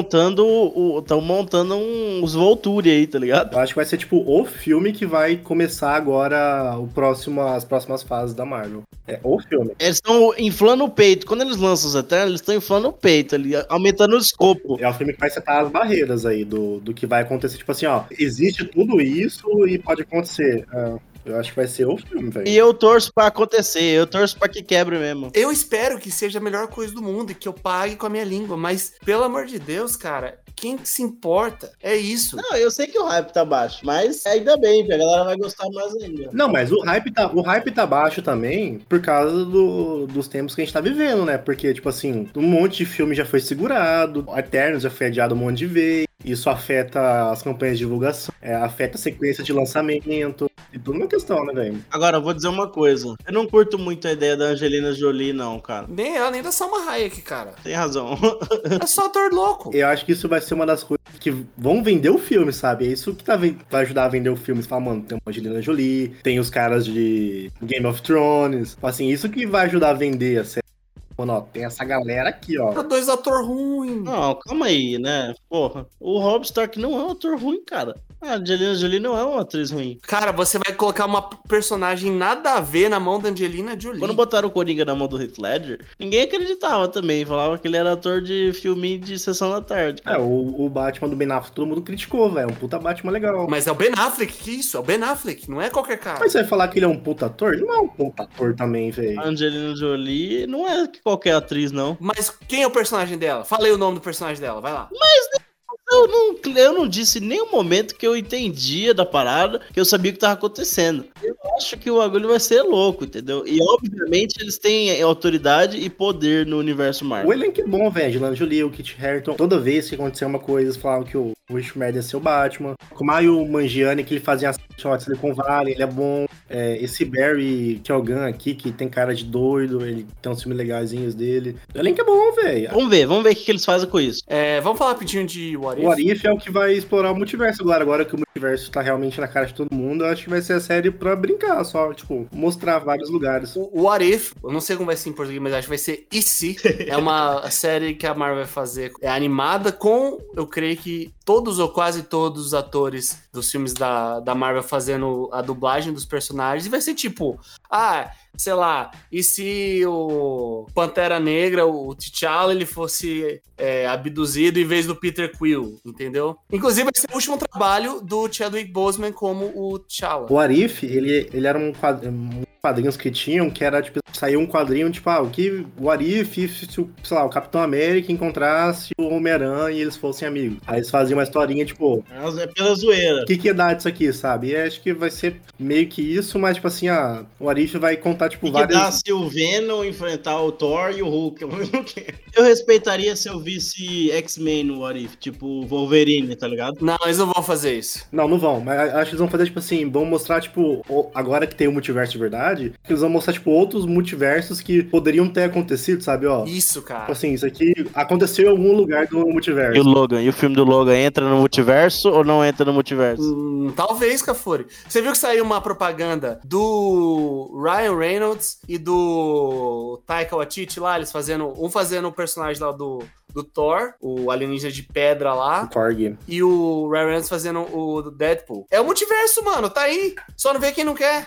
Speaker 3: estão montando um- os Volturi aí, tá ligado?
Speaker 2: Eu acho que vai ser, tipo, o filme que vai começar agora o próximo, as próximas fases da Marvel. É o filme.
Speaker 3: Eles estão inflando o peito. Quando eles lançam os Eternos, eles estão inflando o peito ali, aumentando o escopo.
Speaker 2: É o filme que vai setar as barreiras aí do, do que vai acontecer. Tipo assim, ó, existe tudo isso e pode acontecer. É. Eu acho que vai ser o filme, velho.
Speaker 3: E eu torço pra acontecer, eu torço pra que quebre mesmo.
Speaker 1: Eu espero que seja a melhor coisa do mundo e que eu pague com a minha língua, mas pelo amor de Deus, cara, quem que se importa? É isso.
Speaker 3: Não, eu sei que o hype tá baixo, mas ainda bem, a galera vai gostar mais ainda.
Speaker 2: Não, mas o hype, tá, o hype tá baixo também por causa do- dos tempos que a gente tá vivendo, né? Porque, tipo assim, um monte de filme já foi segurado, Eternos já foi adiado um monte de vez, isso afeta as campanhas de divulgação, é, afeta a sequência de lançamento, e tudo uma questão, né, velho?
Speaker 3: Agora, eu vou dizer uma coisa. Eu não curto muito a ideia da Angelina Jolie, não, cara.
Speaker 1: Nem ela, nem da Salma Hayek, cara.
Speaker 3: Tem razão.
Speaker 1: É só ator louco.
Speaker 2: Eu acho que isso vai ser uma das coisas que vão vender o filme, sabe? É isso que tá ven- vai ajudar a vender o filme. Você fala, mano, tem uma Angelina Jolie, tem os caras de Game of Thrones. Assim, isso que vai ajudar a vender a série. Mano, ó, tem essa galera aqui, ó.
Speaker 1: Tá Dois ator ruim.
Speaker 3: Não, calma aí, né? Porra, o Rob Stark não é um ator ruim, cara. A Angelina Jolie não é uma atriz ruim.
Speaker 1: Cara, você vai colocar uma personagem nada a ver na mão da Angelina Jolie.
Speaker 3: Quando botaram o Coringa na mão do Heath Ledger, ninguém acreditava também. Falava que ele era ator de filme de sessão da tarde.
Speaker 2: É, o, o Batman do Ben Affleck, todo mundo criticou, velho. Um puta Batman legal. Mas...
Speaker 1: Mas é o Ben Affleck, que isso? É o Ben Affleck, não é qualquer cara.
Speaker 2: você vai falar que ele é um puta ator? Ele não é um puta ator também, velho.
Speaker 3: A Angelina Jolie não é qualquer atriz, não.
Speaker 1: Mas quem é o personagem dela? Falei o nome do personagem dela, vai lá.
Speaker 3: Eu não, eu não disse em nenhum momento que eu entendia da parada, que eu sabia o que tava acontecendo. Eu acho que o bagulho vai ser louco, entendeu? E obviamente eles têm autoridade e poder no universo
Speaker 2: O
Speaker 3: Marvel.
Speaker 2: elenco é bom, velho. Angelina Jolie, o Kit Harington. Toda vez que acontecia uma coisa, eles falavam que o Rich Merda ia ser o Batman. O Maio Mangiani, que ele fazia as shots dele com Vale, ele é bom. É, esse Barry Keoghan aqui, que tem cara de doido, ele tem uns filmes legazinhos dele. O elenco é bom, velho.
Speaker 3: Vamos ver, vamos ver o que que eles fazem com isso.
Speaker 1: É, vamos falar rapidinho de What If?
Speaker 2: O Arif é o que vai explorar o multiverso agora. Agora que o multiverso tá realmente na cara de todo mundo, eu acho que vai ser a série pra brincar, só, tipo, mostrar vários lugares.
Speaker 1: O, o What If, eu não sei como vai ser em português, mas acho que vai ser E Se. É uma série que a Marvel vai fazer. É animada com, eu creio que todos ou quase todos os atores dos filmes da, da Marvel fazendo a dublagem dos personagens. E vai ser tipo, ah, sei lá, e se o Pantera Negra, o T'Challa, ele fosse é, abduzido em vez do Peter Quill, entendeu? Inclusive, vai ser o último trabalho do Chadwick Boseman como o T'Challa.
Speaker 2: O Arif, ele, ele era um quadrinho, quadrinhos que tinham, que era, tipo, saiu um quadrinho, tipo, ah, o que o Arif, se, se o- sei lá, o Capitão América encontrasse o Homem-Aranha e eles fossem amigos. Aí eles faziam uma historinha, tipo,
Speaker 3: É pela zoeira.
Speaker 2: o que que ia dar disso aqui, sabe? E acho que vai ser meio que isso, mas, tipo assim, ah, o Arif vai contar, tipo,
Speaker 3: E que
Speaker 2: várias...
Speaker 3: dá se o Venom enfrentar o Thor e o Hulk. Eu respeitaria se eu visse X-Men no What If, tipo Wolverine, tá ligado?
Speaker 1: Não, eles não vão fazer isso.
Speaker 2: Não, não vão, mas acho que eles vão fazer, tipo assim, vão mostrar, tipo, o- agora que tem o multiverso de verdade, eles vão mostrar, tipo, outros multiversos que poderiam ter acontecido, sabe, ó...
Speaker 1: Isso, cara.
Speaker 2: Tipo assim, isso aqui aconteceu em algum lugar do multiverso.
Speaker 3: E o Logan, e o filme do Logan entra no multiverso ou não entra no multiverso?
Speaker 1: Hum, talvez, Cafuri. Você viu que saiu uma propaganda do Ryan Reynolds e do Taika Waititi lá, eles fazendo, um fazendo o personagem lá do, do Thor, o alienígena de pedra
Speaker 2: O
Speaker 1: lá,
Speaker 2: Korg.
Speaker 1: e o Ryan Reynolds fazendo o do Deadpool. É o multiverso, mano, tá aí. Só não vê quem não quer.